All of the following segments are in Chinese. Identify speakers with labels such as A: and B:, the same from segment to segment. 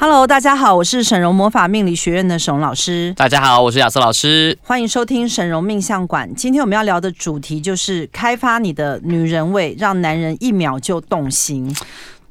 A: Hello，大家好，我是沈荣魔法命理学院的沈荣老师。
B: 大家好，我是亚瑟老师。
A: 欢迎收听沈荣命相馆。今天我们要聊的主题就是开发你的女人味，让男人一秒就动心。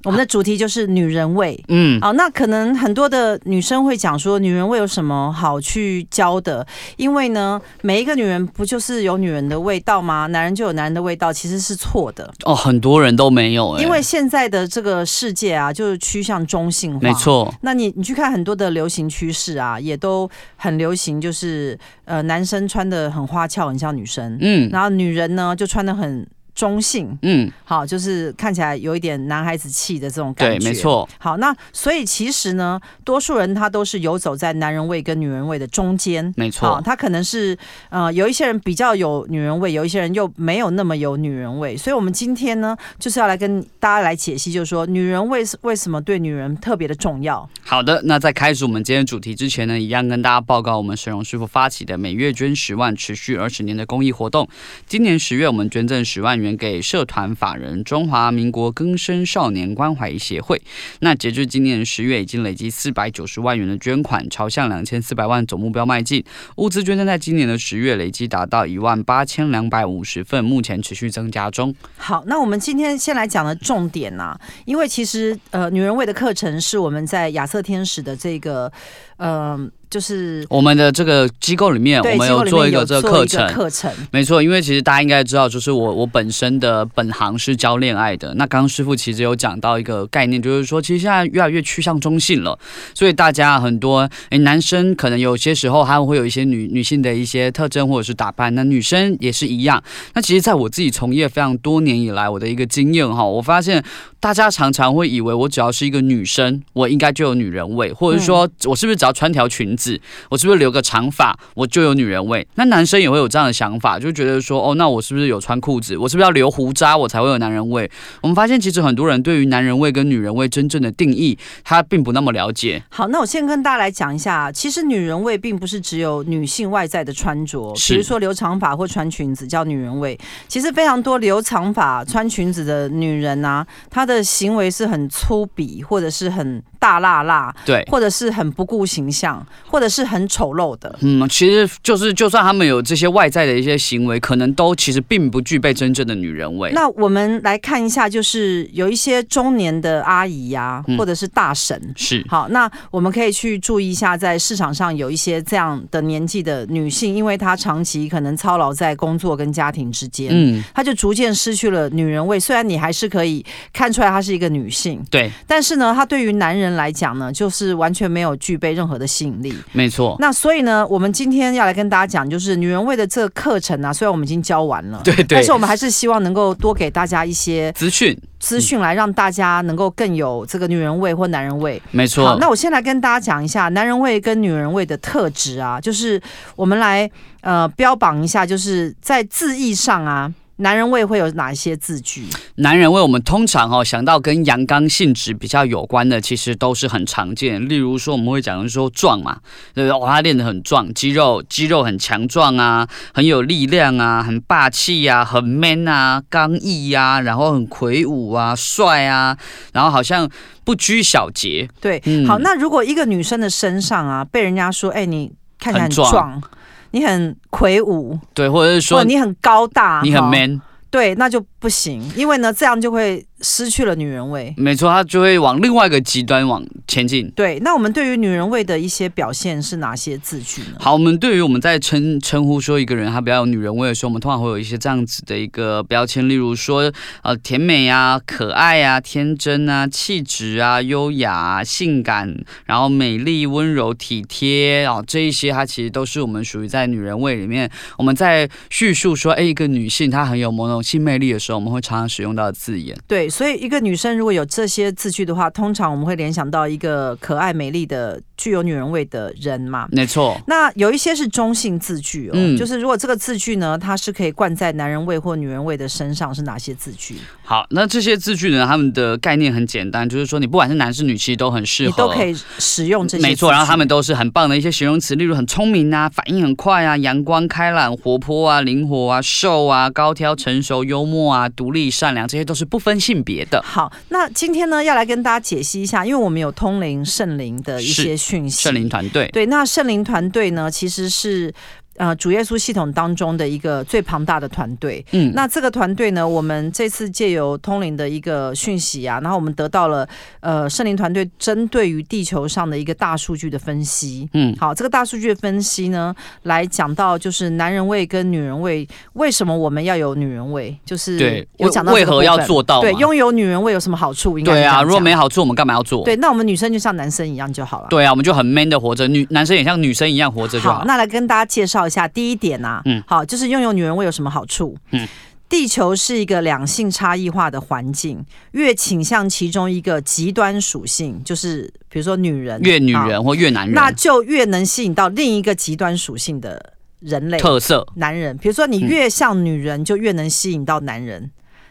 A: 我们的主题就是女人味。
B: 嗯，
A: 哦，那可能很多的女生会讲说，女人味有什么好去教的？因为呢，每一个女人不就是有女人的味道吗？男人就有男人的味道，其实是错的。
B: 哦，很多人都没有、欸，
A: 因为现在的这个世界啊，就是趋向中性化。
B: 没。错，
A: 那你你去看很多的流行趋势啊，也都很流行，就是呃，男生穿的很花俏，很像女生，
B: 嗯
A: 然后女人呢就穿的很中性，
B: 嗯，
A: 好，就是看起来有一点男孩子气的这种感
B: 对，
A: 觉。
B: 没。错，
A: 好，那所以其实呢，多数人他都是游走在男人味跟女人味的中间。
B: 没
A: 好，
B: 错，
A: 他可能是呃，有一些人比较有女人味，有一些人又没有那么有女人味。所以，我们今天呢，就是要来跟大家来解析，就是说女人为为什么对女人特别的重要。
B: 好的。那在开始我们今天的主题之前呢，一样跟大家报告我们沈荣师傅发起的每月捐十万、持续二十年的公益活动。今年十月，我们捐赠十万元给社团法人中华民国更生少年关怀协会。那截至今年十月，已经累积四百九十万元的捐款，朝向两千四百万总目标迈进。物资捐赠在今年的十月累计达到一万八千两百五十份，目前持续增加中。
A: 好，那我们今天先来讲的重点呐、因为其实呃，女人味的课程是我们在亚瑟天使的这个呃，就是
B: 我们的这个机构里面，
A: 对
B: 我们
A: 机构
B: 有
A: 里
B: 做
A: 面
B: 一个
A: 有
B: 这个
A: 做
B: 课
A: 一个
B: 程。
A: 课程。
B: 没错，因为其实大家应该知道，就是我我本身的本行是教恋爱的。那刚刚师傅其实有讲到一个概念，就是说，其实现在越来越趋向中性了，所以大家很多诶男生可能有些时候他们会有一些女女性的一些特征或者是打扮，那女生也是一样。那其实在我自己从业非常多年以来，我的一个经验哈，我发现大家常常会以为我只要是一个女生，我应该就有女人味，或者是说我是不是只要穿条裙子，我是不是留个长发，我就有女人味？那男生也会有这样的想法，就觉得说，哦，那我是不是有穿裤子，我是不是要留胡渣，我才会有男人味？我们发现其实很多人对于男人味跟女人味真正的定义，他并不那么了解。
A: 好，那我先跟大家来讲一下，啊其实女人味并不是只有女性外在的穿着，
B: 是
A: 比如说留长发或穿裙子叫女人味。其实非常多留长发、穿裙子的女人啊，她的行为是很粗鄙，或者是很大辣辣，
B: 对。
A: 或者是很不顾形象，或者是很丑陋的。
B: 嗯，其实就是，就算他们有这些外在的一些行为，可能都其实并不具备真正的女人味。
A: 那我们来看一下，就是有一些中年的阿姨呀、
B: 嗯
A: 或者是大婶，
B: 是，
A: 好，那我们可以去注意一下，在市场上有一些这样的年纪的女性，因为她长期可能操劳在工作跟家庭之间，
B: 嗯，
A: 她就逐渐失去了女人味。虽然你还是可以看出来她是一个女性，
B: 对，
A: 但是呢，她对于男人来讲呢，就是完全没有具备任何的吸引力。
B: 没错，
A: 那所以呢，我们今天要来跟大家讲，就是女人味的这个课程啊，虽然我们已经教完了。
B: 对对
A: 但是。我们还是希望能够多给大家一些
B: 资讯，
A: 资讯，
B: 嗯
A: 来让大家能够更有这个女人味或男人味。
B: 没
A: 好，
B: 错，
A: 那我先来跟大家讲一下男人味跟女人味的特质啊，就是我们来呃标榜一下，就是在字义上啊。男人味会有哪些字句？
B: 男人为我们通常哦想到跟阳刚性质比较有关的，其实都是很常见。例如说，我们会讲说壮嘛，对不对？哇、他练得很壮，肌肉肌肉很强壮啊，很有力量啊，很霸气啊，很 man 啊，刚毅啊，然后很魁梧啊，帅啊，然后好像不拘小节，
A: 对，
B: 嗯
A: 好，那如果一个女生的身上啊，被人家说，哎、你看起来很
B: 很壮
A: 壮，你很魁梧，
B: 对，或者是
A: 或
B: 说
A: 者你很高大，
B: 你很
A: 哈
B: man，
A: 对，那就不行，因为呢，这样就会失去了女人味。
B: 没错，他就会往另外一个极端往前进。
A: 对，那我们对于女人味的一些表现是哪些字句呢？
B: 好，我们对于我们在称称呼说一个人他比较有女人味的时候，我们通常会有一些这样子的一个标签，例如说呃甜美啊、可爱啊、天真啊、气质啊、优雅、啊、性感，然后美丽、温柔、体贴啊、这一些，它其实都是我们属于在女人味里面，我们在叙述说哎一个女性她很有某种性魅力的时候，我们会常常使用到的字眼。
A: 对，所以一个女生如果有这些字句的话，通常我们会联想到一个可爱美丽的具有女人味的人嘛。
B: 没错，
A: 那有一些是中性字句哦，
B: 嗯
A: 就是如果这个字句呢，它是可以冠在男人味或女人味的身上，是哪些字句？
B: 好，那这些字句呢，他们的概念很简单，就是说你不管是男是女，其实都很适
A: 你
B: 合，
A: 都可以使用这些字句。
B: 没错，然后他们都是很棒的一些形容词，例如很聪明啊，反应很快啊，阳光开朗、活泼啊，灵活啊，瘦啊，高挑、成熟、幽默啊，独立、善良，这些都是不分性别的。
A: 好，那今天呢，要来跟大家解析一下，因为我们有通灵圣灵的一些讯息。
B: 圣灵团队，
A: 对，那圣灵团队呢，其实是呃主耶稣系统当中的一个最庞大的团队。
B: 嗯，
A: 那这个团队呢，我们这次借由通灵的一个讯息啊，然后我们得到了呃圣灵团队针对于地球上的一个大数据的分析。
B: 嗯
A: 好，这个大数据的分析呢，来讲到就是男人味跟女人味，为什么我们要有女人味？就是
B: 对，
A: 有讲到
B: 为
A: 这个
B: 何
A: 部
B: 要
A: 分
B: 做到嘛？
A: 对，拥有女人味有什么好处？应该是
B: 对
A: 这样
B: 啊，如果
A: 讲
B: 没好处，我们干嘛要做？
A: 对，那我们女生就像男生一样就好了。
B: 对啊，我们就很 man 的活着，女男生也像女生一样活着就好。
A: 好，那来跟大家介绍一下第一点啊，
B: 嗯
A: 好，就是拥有女人味有什么好处？
B: 嗯
A: 地球是一个两性差异化的环境，越倾向其中一个极端属性，就是比如说女人
B: 越女，
A: 好
B: 人或越男人，
A: 那就越能吸引到另一个极端属性的人类
B: 特色，
A: 男人。比如说，你越像女人，就越能吸引到男人；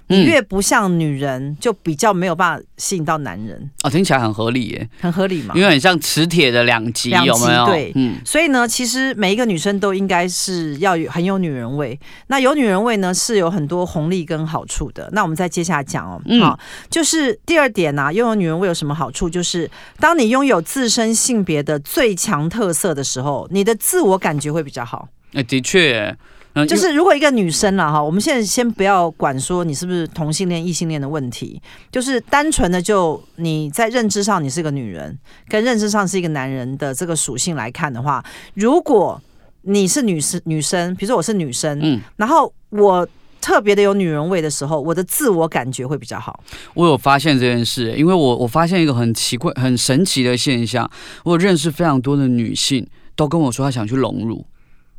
B: 嗯，
A: 越不像女人，就比较没有办法吸引到男人，
B: 哦，听起来很合理耶，
A: 很合理嘛？
B: 因为很像磁铁的两极，
A: 两极
B: 有没有？
A: 对
B: 嗯，
A: 所以呢，其实每一个女生都应该是要有很有女人味。那有女人味呢，是有很多红利跟好处的。那我们再接下来讲哦，
B: 嗯
A: 好，就是第二点呢、啊，拥有女人味有什么好处？就是当你拥有自身性别的最强特色的时候，你的自我感觉会比较好。
B: 哎，的确，嗯，
A: 就是如果一个女生啦，哈，我们现在先不要管说你是不是同性恋、异性恋的问题，就是单纯的就你在认知上你是个女人，跟认知上是一个男人的这个属性来看的话，如果你是女生，女生，比如说我是女生，
B: 嗯。
A: 然后我特别的有女人味的时候，我的自我感觉会比较好。
B: 我有发现这件事，因为我我发现一个很奇怪、很神奇的现象，我有认识非常多的女性。都跟我说她想去隆乳，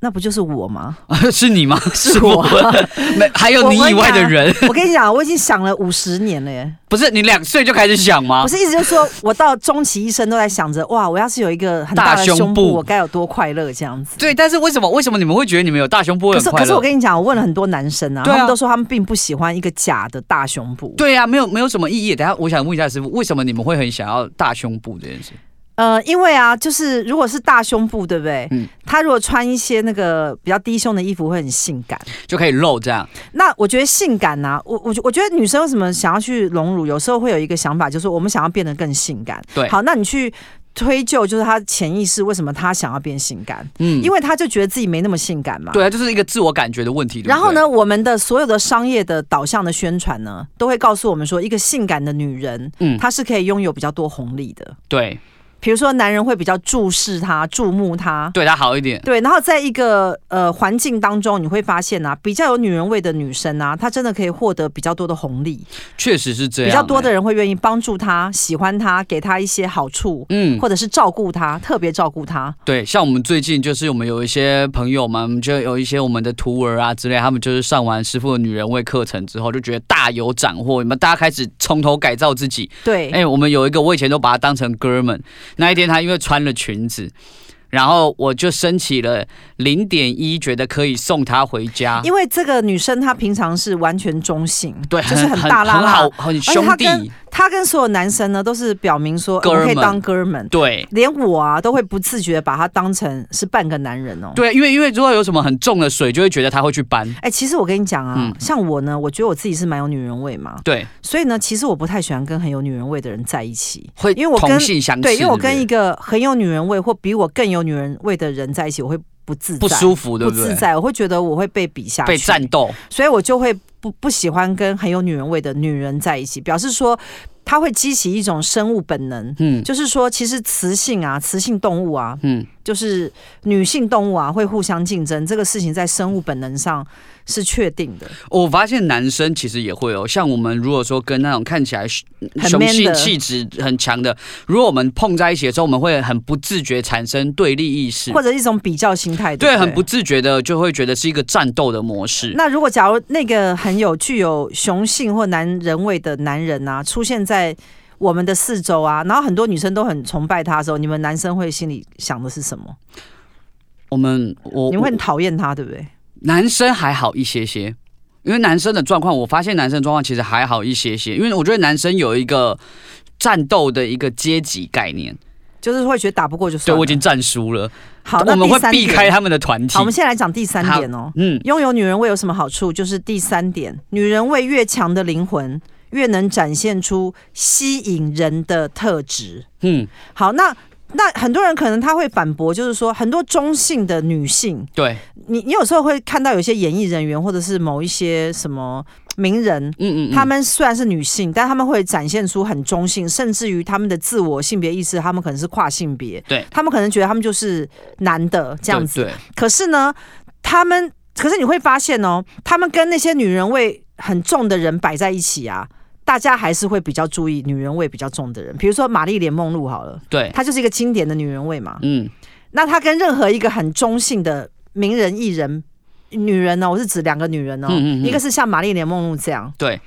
A: 那不就是我吗？
B: 是你吗？
A: 是我
B: 没，还有你以外的人，
A: 我跟你讲，我已经想了五十年了耶。
B: 不是你两岁就开始想吗
A: 我？是一直就说，我到终其一生都在想着，哇，我要是有一个很大
B: 大
A: 的
B: 胸
A: 胸
B: 部
A: 部，我该有多快乐这样子。
B: 对，但是为什么为什么你们会觉得你们有大胸部会
A: 可
B: 很
A: 是
B: 快乐？
A: 可是我跟你讲，我问了很多男生啊，
B: 对啊
A: 他们都说他们并不喜欢一个假的大胸部。，
B: 对呀、没有没有什么意义。等一下我想问一下师傅，为什么你们会很想要大胸部这件事？
A: 呃，因为啊，就是如果是大胸部，对不对？
B: 嗯
A: 他如果穿一些那个比较低胸的衣服，会很性感。
B: 就可以露这样？
A: 那我觉得性感呐、我我我觉得女生为什么想要去隆乳，有时候会有一个想法，就是我们想要变得更性感。
B: 对
A: 好，那你去。推究就是她潜意识为什么她想要变性感，
B: 嗯
A: 因为她就觉得自己没那么性感嘛。
B: 对啊，就是一个自我感觉的问题。对不对
A: 然后？呢，我们的所有的商业的导向的宣传呢，都会告诉我们说，一个性感的女人，
B: 嗯
A: 她是可以拥有比较多红利的。
B: 对，
A: 比如说，男人会比较注视她、注目她。
B: 对他好一点。
A: 对，然后在一个呃环境当中，你会发现啊，比较有女人味的女生啊，她真的可以获得比较多的红利，
B: 确实是这样、
A: 比较多的
B: 欸。
A: 人会愿意帮助她、喜欢她、给她一些好处，
B: 嗯，
A: 或者是照顾她，特别照顾她。
B: 对，像我们最近就是我们有一些朋友嘛，我们就有一些我们的徒儿啊之类，他们就是上完师傅的女人味课程之后，就觉得大有斩获，你们大家开始从头改造自己。
A: 对，
B: 哎、我们有一个，我以前都把他当成哥们，那一天他因为穿了裙子。然后我就升起了零点一，觉得可以送他回家，
A: 因为这个女生她平常是完全中性，
B: 对，
A: 就是
B: 很
A: 大拉
B: 很
A: 拉
B: 好，，很兄
A: 他
B: 弟，
A: 跟他跟所有男生呢，都是表明说、呃
B: 哥
A: 我
B: 们
A: 可以当哥们，
B: 对
A: 连我啊都会不自觉把他当成是半个男人哦。，
B: 对，因为因为如果有什么很重的水，就会觉得他会去搬，
A: 哎、其实我跟你讲啊，
B: 嗯
A: 像我呢，我觉得我自己是蛮有女人味嘛，
B: 对，
A: 所以呢，其实我不太喜欢跟很有女人味的人在一起。
B: 会
A: 因为我跟
B: 同性相斥，
A: 对，因为我
B: 对
A: 跟一
B: 不
A: 个很有女人味或比我更有女人味的人在一起，我会不自在，
B: 对不舒服，对
A: 不
B: 不对
A: 自？在，我会觉得我会被比下去，
B: 被战斗，
A: 所以我就会不不喜欢跟很有女人味的女人在一起，表示说它会激起一种生物本能，
B: 嗯
A: 就是说，其实雌性啊，雌性动物啊，
B: 嗯。
A: 就是女性动物啊，会互相竞争，这个事情在生物本能上是确定的。
B: 我发现男生其实也会哦，像我们如果说跟那种看起来雄
A: 很
B: 雄
A: man
B: 性
A: 的
B: 气质很强的，如果我们碰在一起的时候，我们会很不自觉产生对立意识，
A: 或者一种比较心态，对
B: 对，
A: 对
B: 很不。自觉的就会觉得是一个战斗的模式。
A: 那如果假如那个很有具有雄性或男人味的男人啊，出现在我们的四周啊，然后很多女生都很崇拜他的时候，你们男生会心里想的是什么？
B: 我们我
A: 你们会很讨厌他，对不对？
B: 男生还好一些些，因为男生的状况，我发现男生的状况其实还好一些些，因为我觉得男生有一个战斗的一个阶级概念，
A: 就是会觉得打不过就
B: 对
A: 算了。
B: 我已经战输了，
A: 好，那
B: 我们
A: 第
B: 会
A: 三
B: 避
A: 点
B: 开他们的团体
A: 好，我。们现在来讲第三点哦。
B: 嗯，
A: 拥有女人味有什么好处？就是第三点，女人味越强的灵魂，越能展现出吸引人的特质。
B: 嗯，
A: 好，那那很多人可能他会反驳，就是说很多中性的女性，
B: 对，
A: 你你有时候会看到有些演艺人员或者是某一些什么名人。
B: 嗯嗯，嗯
A: 他们虽然是女性，但他们会展现出很中性，甚至于他们的自我性别意识，他们可能是跨性别，
B: 对
A: 他们可能觉得他们就是男的这样子。
B: 对，对
A: 可是呢，他们可是你会发现哦，他们跟那些女人味很重的人摆在一起啊，大家还是会比较注意女人味比较重的人。比如说玛丽莲梦露好了，
B: 对，
A: 她就是一个经典的女人味嘛。
B: 嗯，
A: 那她跟任何一个很中性的名人艺人。女人呢、我是指两个女人哦，
B: 嗯嗯嗯
A: 一个是像玛丽莲梦露这样，
B: 对，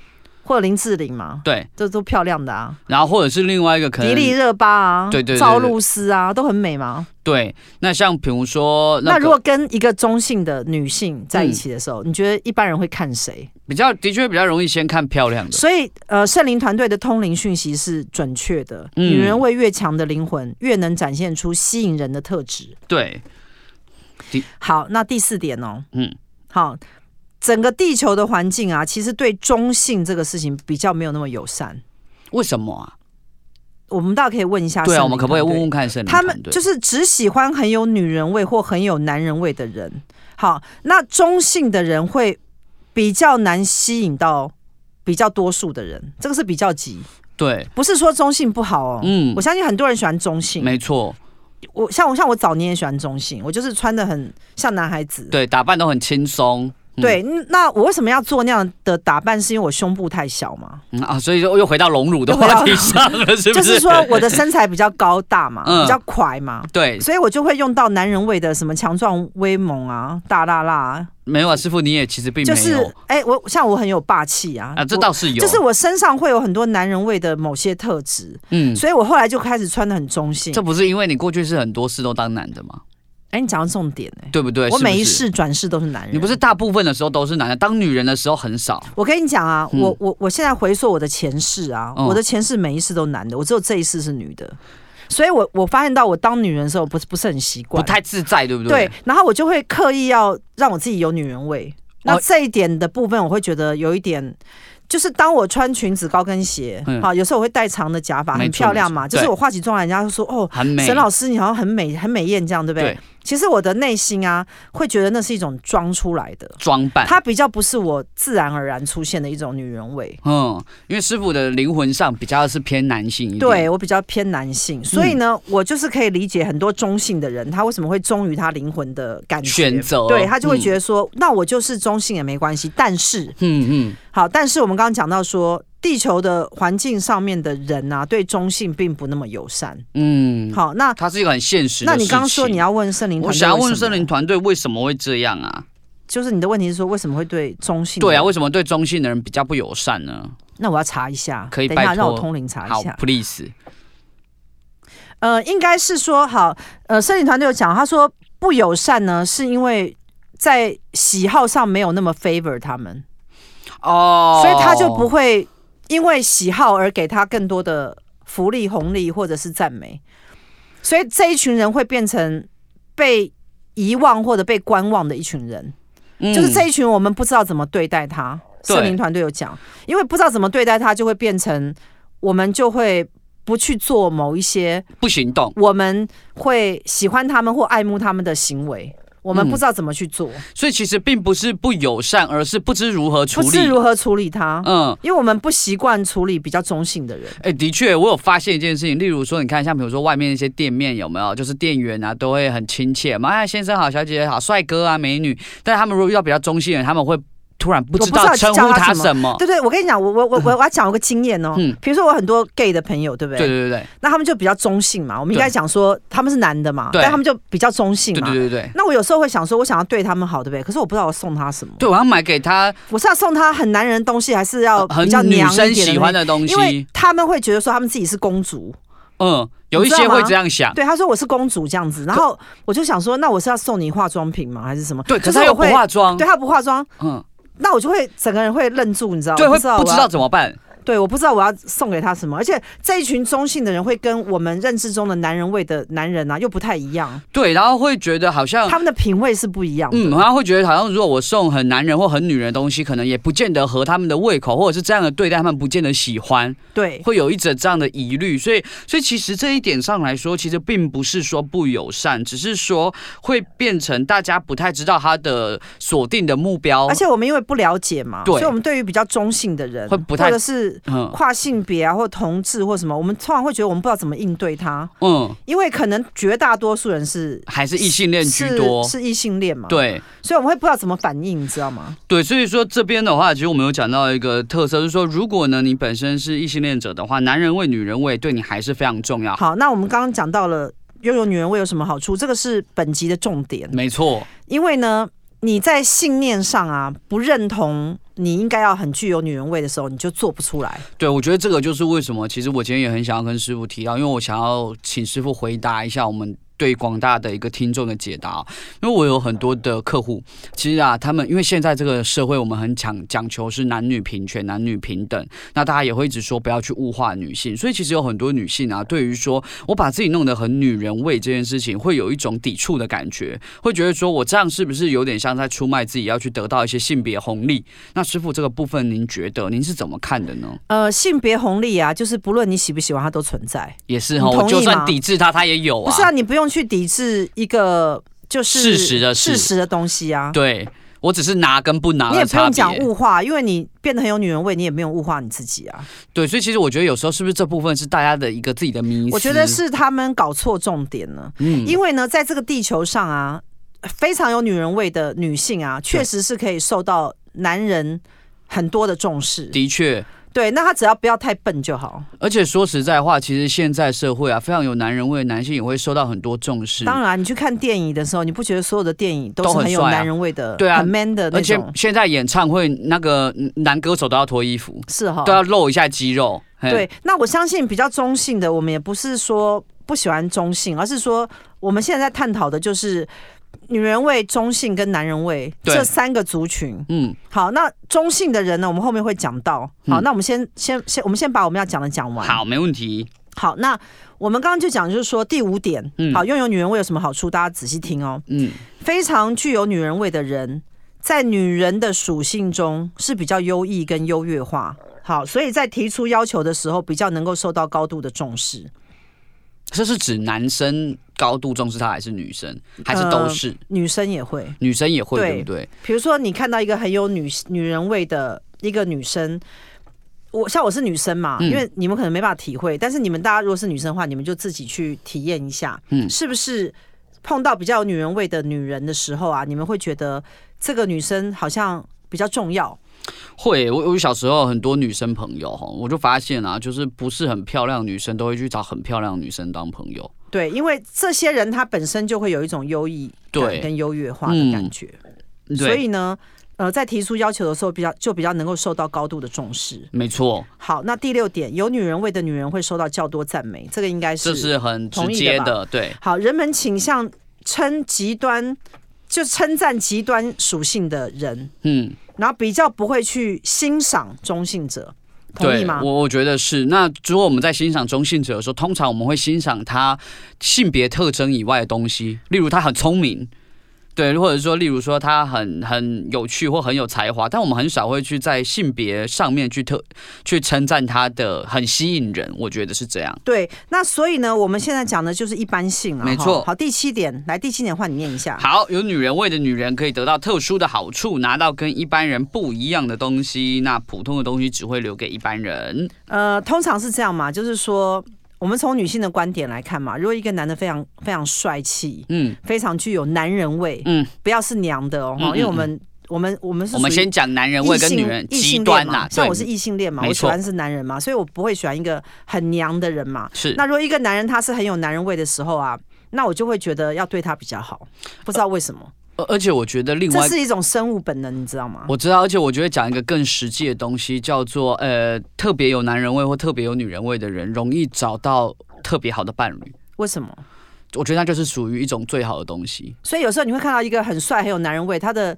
A: 或者林志玲嘛，
B: 对，
A: 这都漂亮的啊，
B: 然后或者是另外一个可
A: 迪丽
B: 能
A: 热巴啊，
B: 对对对对
A: 赵露思啊，都很美嘛。
B: 对，那像比如说
A: 那
B: 个嗯
A: 如果跟一个中性的女性在一起的时候，你觉得一般人会看谁？
B: 比较的确比较容易先看漂亮的，
A: 所以，呃，圣灵团队的通灵讯息是准确的。
B: 嗯
A: 女人味越强的灵魂，越能展现出吸引人的特质。
B: 对，
A: 好，那第四点哦，
B: 嗯，
A: 好，整个地球的环境啊，其实对中性这个事情比较没有那么友善。
B: 为什么啊？
A: 我们大家可以问一下，
B: 对啊，我们可不可以问问？看圣灵
A: 他
B: 团
A: 们
B: 队？
A: 就是只喜欢很有女人味或很有男人味的人。好，那中性的人会比较难吸引到比较多数的人，这个是比较级，
B: 对，
A: 不是说中性不好哦。
B: 嗯
A: 我，相信很多人喜欢中性，
B: 没错，
A: 我像我像我早年也喜欢中性，我就是穿的很像男孩子。
B: 对，打扮都很轻松。嗯
A: 对嗯那我为什么要做那样的打扮？是因为我胸部太小嘛，
B: 嗯啊，所以说又回到隆乳的
A: 又回到
B: 话题上了，是不？
A: 就是是说我的身材比较高大嘛，
B: 嗯
A: 比较快嘛，
B: 对，
A: 所以我就会用到男人味的什么强壮、威猛啊、大辣辣、啊，
B: 没有啊，师傅你也其实并
A: 就
B: 没
A: 是
B: 有
A: 哎、我像我很有霸气啊，
B: 啊，这
A: 我
B: 倒是有，
A: 就是我身上会有很多男人味的某些特质，
B: 嗯，
A: 所以我后来就开始穿的很中性
B: 这。不是因为你过去是很多事都当男的嘛，
A: 哎、你讲到重点哎、
B: 对不对？
A: 我
B: 是不
A: 每一
B: 是，
A: 世转世都是男人，
B: 你不是大部分的时候都是男的，当女人的时候很少。
A: 我跟你讲啊，
B: 嗯
A: 我我我现在回溯我的前世啊，
B: 嗯
A: 我的前世每一世都男的，我只有这一世是女的，所以我我发现到我当女人的时候不是不是很习
B: 不
A: 惯，
B: 太自在，对不
A: 对
B: 对？
A: 然后我就会刻意要让我自己有女人味。那
B: 哦
A: 这一点的部分，我会觉得有一点，就是当我穿裙子、高跟鞋，
B: 嗯
A: 好、有时候我会戴长的假发，
B: 没
A: 很
B: 错
A: 漂亮嘛。
B: 没错
A: 就是
B: 对
A: 我化起妆来，人家就说哦，
B: 很美。
A: 沈老师你好像很美、很美艳这样，对不对？
B: 对
A: 其实我的内心啊，会觉得那是一种装出来的。
B: 装扮，
A: 它比较不是我自然而然出现的一种女人味。
B: 嗯，因为师傅的灵魂上比较是偏男性一点。嗯
A: 对我比较偏男性，所以呢，我就是可以理解很多中性的人，他为什么会忠于他灵魂的感觉
B: 选择嗯
A: 对他就会觉
B: 得，
A: 得说，那我就是中性也没关系。但是
B: 嗯嗯，
A: 好，但是我们刚刚讲到说，地球的环境上面的人啊，对中性并不那么友善。
B: 嗯，
A: 好，那
B: 它是一个很现实的
A: 那
B: 事情。
A: 你刚刚说你要问圣灵，
B: 我想要问圣灵，团队为什么会这样啊？
A: 就是你的问题是说为什么会对中性？
B: 对啊，，为什么对中性的人比较不友善呢？
A: 那我要查一下，
B: 可以
A: 等一下
B: 拜托
A: 让我通灵查
B: 好
A: 一下。
B: ，please，
A: 呃，应该是说好，呃，森林团队有讲，他说不友善呢，是因为在喜好上没有那么 favor 他们，
B: 哦，
A: 所以他就不会因为喜好而给他更多的福利、红利或者是赞美，所以这一群人会变成被遗忘或者被观望的一群人，
B: 嗯
A: 就是这一群我们不知道怎么对待他。
B: 对
A: 森林团队有讲，因为不知道怎么对待他，就会变成我们就会不去做某一些。
B: 不行动，
A: 我们会喜欢他们或爱慕他们的行为，我们
B: 嗯
A: 不知道怎么去做，
B: 所以其实并不是不友善，而是不知如何处
A: 不
B: 理。
A: 知如何处理他，
B: 嗯，
A: 因为我们不习惯处理比较中性的人。
B: 哎、的确，我有发现一件事情，例如说，你看，像比如说外面那些店面有没有，就是店员啊，都会很亲切嘛，哎，先生好，小姐姐好，帅哥啊，美女，但是他们如果遇到比较中性的人，他们会突然不知
A: 我不
B: 道
A: 知道
B: 称
A: 叫
B: 呼
A: 他
B: 他
A: 什么
B: 什么。
A: 对对，我跟你讲，我我 我我我要讲一个经验哦
B: 哦嗯，
A: 比如说我很多 gay 的朋友，对不
B: 对
A: 对？
B: 对对
A: 那他们就比较中性嘛，我们应该
B: 对
A: 讲说他们是男的嘛，
B: 对
A: 但他们就比较中性
B: 对对
A: 嘛
B: 对。对对。
A: 那我有时候会想说，我想要对他们好，对不对？可是我不知道我送他什么，
B: 对，我要买给他
A: 我是要送他很男人的东西，还是要
B: 呃很
A: 哦比较
B: 女
A: 娘
B: 生
A: 一点
B: 喜
A: 的
B: 欢
A: 那？
B: 的东
A: 因为
B: 西，
A: 他们会觉得说他们自己是公主，
B: 嗯，有一
A: 你知
B: 些
A: 道吗
B: 会这样想，
A: 对，他说我是公主这样子，然后我就想说，那我是要送你化妆品吗，还是什么？
B: 对，可是
A: 我
B: 他又不
A: 会
B: 化妆
A: 对，他不化妆，
B: 嗯，
A: 那我就会整个人会愣住，你知道？
B: 对，
A: 哦我
B: 会
A: 不知道
B: 不知
A: 我
B: 道
A: 要，
B: 怎么办，
A: 对，我不知道我要送给他什么，而且这一群中性的人会跟我们认知中的男人味的男人啊又不太一样，
B: 对，然后会觉得好像
A: 他。们的品味是不一样的。
B: 嗯，然后会觉得好像如果我送很男人或很女人的东西，可能也不见得合他们的胃口，或者是这样的对待他们不见得喜欢，
A: 对，
B: 会有一整这样的疑虑。所以，所以其实这一点上来说，其实并不是说不友善，只是说会变成大家不太知道他的锁定的目标，
A: 而且我们因为不了解嘛，
B: 对
A: 所以我们对于比较中性的人，
B: 会不太
A: 或者是
B: 嗯
A: 跨性别啊，或同志或什么，我们通常会觉得我们不知道怎么应对他，
B: 嗯，
A: 因为可能绝大多数人是
B: 还是异性恋居多
A: 是，是异性恋嘛，，
B: 对。
A: 所以我们会不知道怎么反应，你知道吗？
B: 对，所以说这边的话，其实我们有讲到一个特色，就是说，如果呢你本身是异性恋者的话，男人为女人为对你还是非常重要。
A: 好，那我们刚刚讲到了拥有女人味有什么好处，这个是本集的重点，
B: 没错，
A: 因为呢，你在信念上啊不认同你应该要很具有女人味的时候，你就做不出来。
B: 对我觉得这个就是为什么，其实我今天也很想要跟师傅提到，因为我想要请师傅回答一下我们。对广大的一个听众的解答，啊因为我有很多的客户，其实啊，他们因为现在这个社会，我们很讲讲求是男女平权、男女平等，那大家也会一直说不要去物化女性，所以其实有很多女性啊，对于说我把自己弄得很女人味这件事情，会有一种抵触的感觉，会觉得说我这样是不是有点像在出卖自己，要去得到一些性别红利？那师傅这个部分，您觉得您是怎么看的呢？
A: 呃，性别红利啊，就是不论你喜不喜欢，它都存在。
B: 也是哈，
A: 你同
B: 我
A: 意
B: 就算
A: 吗
B: 抵制他，他也有啊。
A: 不是啊，你不用去抵制一个就是
B: 事实的事
A: 事实的东西啊。
B: 对我只是拿跟不拿
A: 你也
B: 的
A: 不
B: 差
A: 用讲
B: 别。
A: 物化，因为你变得很有女人味，你也没有物化你自己啊。
B: 对，所以其实我觉得有时候是不是这部分是大家的一个自己的迷思？
A: 我觉得，是他们搞错重点了，
B: 嗯
A: 因为呢，在这个地球上啊，非常有女人味的女性啊，确实是可以受到男人很多的重视。
B: 的确，
A: 对，那她只要不要太笨就好。
B: 而且说实在话，其实现在社会啊，非常有男人味的男性也会受到很多重视。
A: 当然，你去看电影的时候，你不觉得所有的电影都
B: 都
A: 是
B: 很
A: 很有
B: 帅啊
A: 男人味的，
B: 对啊
A: 很 man 的那
B: 而且
A: 种，
B: 现在演唱会那个嗯男歌手都要脱衣服，
A: 是哈？
B: 都要露一下肌肉。嘿
A: 哦对，那我相信比较中性的，我们也不是说不喜欢中性，而是说我们现在在探讨的就是女人味、中性跟男人味
B: 对
A: 这三个族群。
B: 嗯，
A: 好，那中性的人呢，我们后面会讲到。好，
B: 嗯
A: 那我们先先先，我们先把我们要讲的讲完。，
B: 好，没问题。
A: 好，那我们刚刚就讲，就是说第五点，
B: 嗯
A: 好，拥有女人味有什么好处？大家仔细听哦。
B: 嗯，
A: 非常具有女人味的人，在女人的属性中是比较优异跟优越化。好，所以在提出要求的时候，比较能够受到高度的重视。
B: 这是指男生高度重视他，还是女生，还是都
A: 呃
B: 是？
A: 女生也会，
B: 女生也会，
A: 对
B: 对不对？
A: 比如说你看到一个很有女女人味的一个女生，我像我是女生嘛，
B: 嗯
A: 因为你们可能没办法体会，但是你们大家如果是女生的话，你们就自己去体验一下，
B: 嗯
A: 是不是碰到比较有女人味的女人的时候啊，你们会觉得这个女生好像比较重要，
B: 会，我我小时候很多女生朋友哈，我就发现啊，就是不是很漂亮的女生都会去找很漂亮的女生当朋友。
A: 对，因为这些人他本身就会有一种优异感
B: 对嗯
A: 跟优越化的感觉，
B: 对
A: 所以呢，呃，在提出要求的时候，比较就比较能够受到高度的重视。
B: 没错，
A: 好，那第六点，有女人味的女人会受到较多赞美，这个应该是
B: 这是很直
A: 同意的
B: 接
A: 吧
B: 的，对。
A: 好。人们倾向称极端，就称赞极端属性的人，
B: 嗯，
A: 然后比较不会去欣赏中性者，同意
B: 对，
A: 吗
B: 我？我觉得是。那如果我们在欣赏中性者的时候，通常我们会欣赏他性别特征以外的东西，例如他很聪明，对，或者说例如说他很很有趣或很有才华，但我们很少会去在性别上面去特去称赞他的很吸引人，我觉得是这样。
A: 对，那所以呢，我们现在讲的就是一般性啊，
B: 没错
A: 哈好，第七点，来，第七点换你念一下。
B: 好，有女人味的女人可以得到特殊的好处，拿到跟一般人不一样的东西。那普通的东西只会留给一般人。
A: 呃，通常是这样嘛，就是说，我们从女性的观点来看嘛，如果一个男的非常非常帅气，
B: 嗯，
A: 非常具有男人味，
B: 嗯，
A: 不要是娘的哦，
B: 嗯嗯
A: 因为我们。我们我们是
B: 我们
A: 属于
B: 先讲男人味跟女人
A: 异性
B: 极端
A: 恋嘛
B: 呐、
A: 像
B: 对
A: 我是异性恋嘛，
B: 没
A: 我喜
B: 错
A: 欢是男人嘛，所以我不会喜欢一个很娘的人嘛。
B: 是
A: 那如果一个男人他是很有男人味的时候啊，那我就会觉得要对他比较好，不知道为什么，
B: 而而且我觉得呃另
A: 这
B: 外一个
A: 是一种生物本能，你知道吗？
B: 我知道，而且我觉得讲一个更实际的东西，叫做呃，特别有男人味或特别有女人味的人，容易找到特别好的伴侣。
A: 为什
B: 嗯
A: 么？
B: 我觉得那就是属于一种最好的东西。
A: 所以有时候你会看到一个很帅很有男人味，他的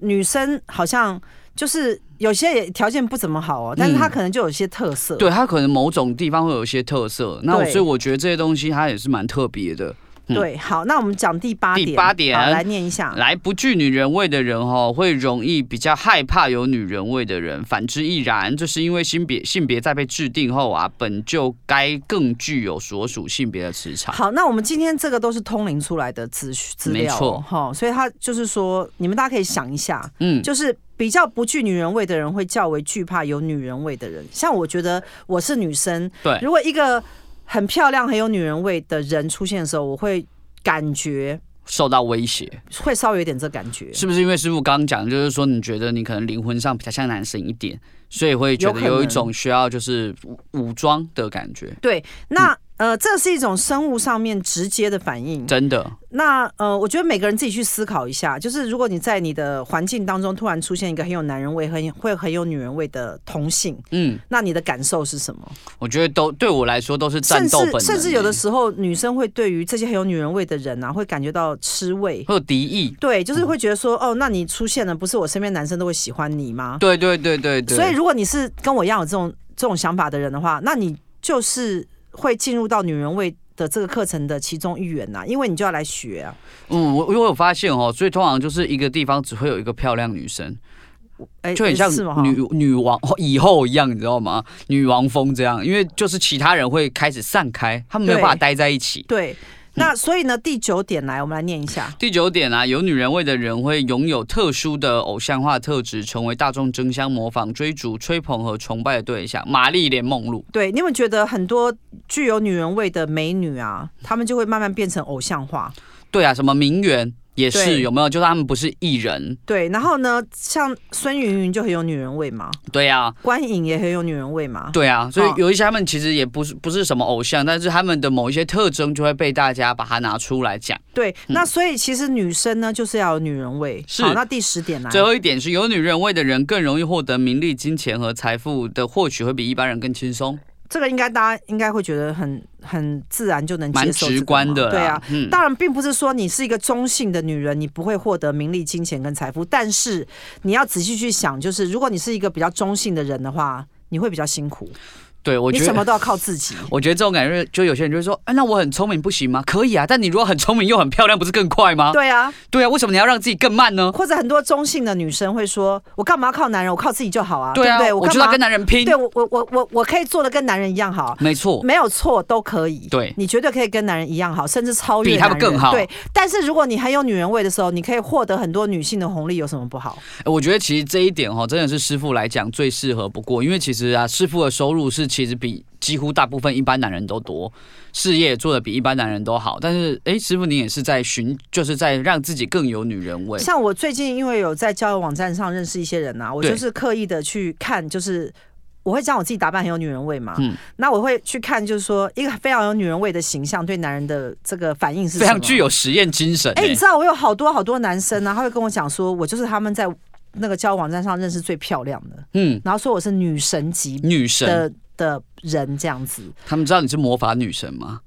A: 女生好像就是有些也条件不怎么好哦，但是他可能就有一些特色。
B: 对，他可能某种地方会有一些特色，那我
A: 对
B: 所以我觉得这些东西它也是蛮特别的。嗯
A: 对，好，那我们讲第八点，
B: 第八点
A: 好来念一下。
B: 来不具女人味的人哦，会容易比较害怕有女人味的人，反之亦然。这是因为性别性别在被制定后啊，本就该更具有所属性别的磁场。
A: 好，那我们今天这个都是通灵出来的资讯资料哦，
B: 没错
A: 哈、所以他就是说，你们大家可以想一下，
B: 嗯，
A: 就是比较不具女人味的人，会较为惧怕有女人味的人。像我觉得我是女生，
B: 对
A: 如果一个很漂亮、很有女人味的人出现的时候，我会感觉
B: 受到威胁，
A: 会稍微有点这感觉，
B: 是不是？因为师傅刚刚讲，就是说你觉得你可能灵魂上比较像男生一点，所以会觉
A: 有
B: 得
A: 可能
B: 有一种需要就是武武装的感觉，
A: 对，那、呃，这是一种生物上面直接的反应。
B: 真的
A: 那呃，我觉得每个人自己去思考一下，就是如果你在你的环境当中突然出现一个很有男人味、很会很有女人味的同性，
B: 嗯。
A: 那你的感受是什么？
B: 我觉得都对我来说都是战
A: 甚
B: 斗本能
A: 至甚至有的
B: 欸
A: 时候，女生会对于这些很有女人味的人啊，会感觉到吃 味。
B: 会有敌意。
A: 对，就是会觉得说，哦，那你出现了，不是我身边男生都会喜欢你吗？
B: 对对对对对，
A: 所以如果你是跟我一样有这种这种想法的人的话，那你就是会进入到女人味的这个课程的其中一员呐、因为你就要来学啊。
B: 嗯，我我有发现哦，所以通常就是一个地方只会有一个漂亮女生，
A: 哎，
B: 就很像
A: 是吗？哈
B: 女女王以后一样，你知道吗？女王风这样，因为就是其他人会开始散开，他们没有
A: 对
B: 办法待在一起。
A: 对。那所以呢，第九点来，我们来念一下。
B: 第九点啊，有女人味的人会拥有特殊的偶像化特质，成为大众争相模仿、追逐、吹捧和崇拜的对象。玛丽莲梦露，
A: 对，你有没有觉得很多具有女人味的美女啊，她们就会慢慢变成偶像化？
B: 对啊，什么名媛也是
A: 对
B: 有没有？就是他们不是艺人，
A: 对，然后呢，像孙芸芸就很有女人味嘛，
B: 对啊，
A: 关颖也很有女人味嘛。
B: 对啊，所以
A: 哦
B: 有一些他们其实也不是不是什么偶像，但是他们的某一些特征就会被大家把它拿出来讲。
A: 对，那所以其实女生呢，就是要有女人味。
B: 嗯是
A: 好，那第十点来，
B: 最后一点是，有女人味的人更容易获得名利、金钱和财富的获取，会比一般人更轻松，
A: 这个应该大家应该会觉得很很自然就能
B: 蛮
A: 接受这个嘛，
B: 直观的啦。
A: 对啊。
B: 嗯，
A: 当然，并不是说你是一个中性的女人，你不会获得名利、金钱跟财富。但是你要仔细去想，就是如果你是一个比较中性的人的话，你会比较辛苦，
B: 对我
A: 你
B: 觉
A: 什么
B: 得。
A: 都要靠自己。
B: 我觉得这种感觉，就有些人就会说，啊，那我很聪明不行吗？可以啊，但你如果很聪明又很漂亮，不是更快吗？
A: 对啊，
B: 对啊，为什么你要让自己更慢呢？
A: 或者很多中性的女生会说：“我干嘛要靠男人？我靠自己就好啊，
B: 啊
A: 不对？，
B: 我
A: 干
B: 就要
A: 嘛
B: 跟男人拼
A: 对。我我我我我可以做的跟男人一样好，
B: 没错，
A: 没有错，都可以。
B: 对
A: 你绝对可以跟男人一样好，甚至超越
B: 比他
A: 男
B: 们
A: 人
B: 更好
A: 对，但是如果你很有女人味的时候，你可以获得很多女性的红利，有什么不好？
B: 欸我觉得其实这一点哈、真的是师傅来讲最适合不过，因为其实啊，师傅的收入是其实比几乎大部分一般男人都多，事业也做的比一般男人都好。但是，哎、师傅你也是在寻，就是在让自己更有女人味。
A: 像我最近因为有在交友网站上认识一些人啊，我
B: 对
A: 就是刻意的去看，就是。我会讲我自己打扮很有女人味嘛，
B: 嗯
A: 那我会去看，就是说一个非常有女人味的形象对男人的这个反应是
B: 非
A: 什
B: 常
A: 么
B: 具有实验精神、
A: 哎、
B: 欸
A: 你知道我有好多好多男生啊，他会跟我讲说，我就是他们在那个交友网站上认识最漂亮的，
B: 嗯，
A: 然后说我是女神级
B: 女神，
A: 的的人这样子，
B: 他们知道你是魔法女神吗？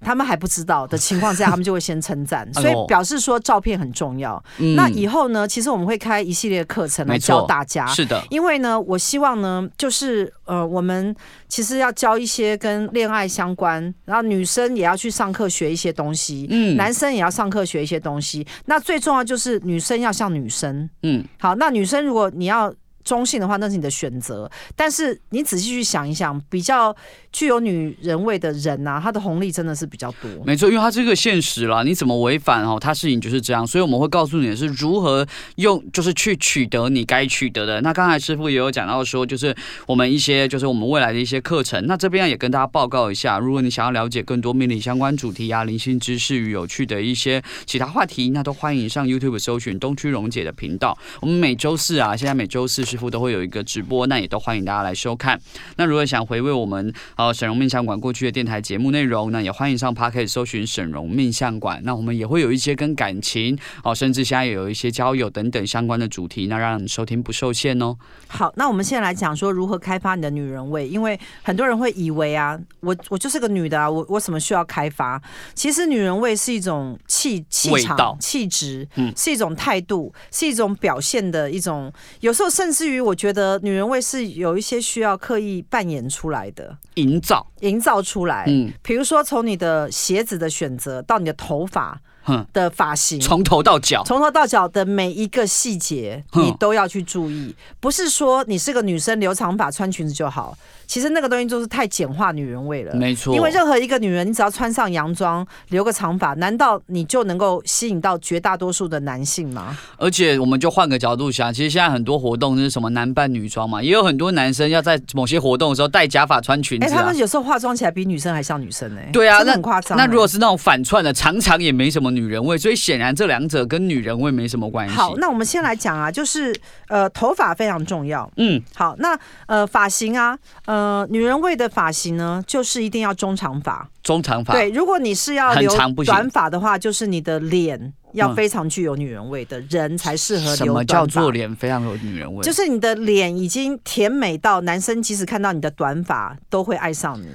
A: 他们还不知道的情况之下，他们就会先称 赞，
B: 哎
A: 所以表示说照片很重要。
B: 嗯
A: 那以后啊呢，其实我们会开一系列课程来
B: 没错
A: 教大家。
B: 是的，
A: 因为呢，我希望呢，就是呃，我们其实要教一些跟恋爱相关，然后女生也要去上课学一些东西，
B: 嗯
A: 男生也要上课学一些东西。那最重要就是女生要像女生。
B: 嗯，
A: 好，那女生如果你要中性的话，那是你的选择。但是你仔细去想一想，比较具有女人味的人呐、他的红利真的是比较多。
B: 没错，因为它这个现实啦，你怎么违反哦，它事情就是这样，所以我们会告诉你的是如何用，就是去取得你该取得的。那刚才师傅也有讲到说，就是我们一些，就是我们未来的一些课程。那这边也跟大家报告一下，如果你想要了解更多命理相关主题啊、灵性知识与有趣的一些其他话题，那都欢迎上 YouTube 搜寻东区荣姐的频道。我们每周四啊，现在每周四师傅都会有一个直播，那也都欢迎大家来收看。那如果想回味我们呃沈荣命相馆过去的电台节目内容，那也欢迎上 p a r k e t 搜寻沈荣命相馆。那我们也会有一些跟感情哦、甚至现在也有一些交友等等相关的主题，那让你收听不受限哦。
A: 好，那我们现在来讲说如何开发你的女人味，因为很多人会以为啊，我我就是个女的啊，我我什么需要开发？其实女人味是一种气气
B: 味道
A: 场、气质，
B: 嗯
A: 是一种态度，是一种表现的一种。有时候甚至于，我觉得女人味是有一些需要刻意扮演出来的、
B: 营造，
A: 营造出来。
B: 嗯，
A: 比如说，从你的鞋子的选择到你的头发
B: 哼，
A: 的发型，
B: 从头到脚，
A: 从头到脚的每一个细节，
B: 哼
A: 你都要去注意。不是说你是个女生留长发穿裙子就好，其实那个东西就是太简化女人味了。
B: 没错，
A: 因为任何一个女人，你只要穿上洋装，留个长发，难道你就能够吸引到绝大多数的男性吗？
B: 而且我们就换个角度想，其呃实现在很多活动就是什么男扮女装嘛，也有很多男生要在某些活动的时候戴假发穿裙
A: 哎、
B: 子
A: 他
B: 啊。
A: 们有时候化妆起来比女生还像女生呢、
B: 对啊
A: 真的
B: 那
A: 很夸张欸、
B: 那如果是那种反串的，常常也没什么女人味，所以显然这两者跟女人味没什么关系。
A: 好，那我们先来讲啊，就是呃，头发非常重要。
B: 嗯，
A: 好，那呃，发型啊，呃，女人味的发型呢，就是一定要中长发。
B: 中长发，
A: 对，如果你是要
B: 很
A: 留
B: 长不行
A: 短发的话，就是你的脸要
B: 嗯
A: 非常具有女人味的人才适合
B: 什
A: 留
B: 么
A: 短
B: 叫做
A: 发
B: 脸非常有女人味？
A: 就是是你的脸已经甜美到男生即使看到你的短发都会爱上 你。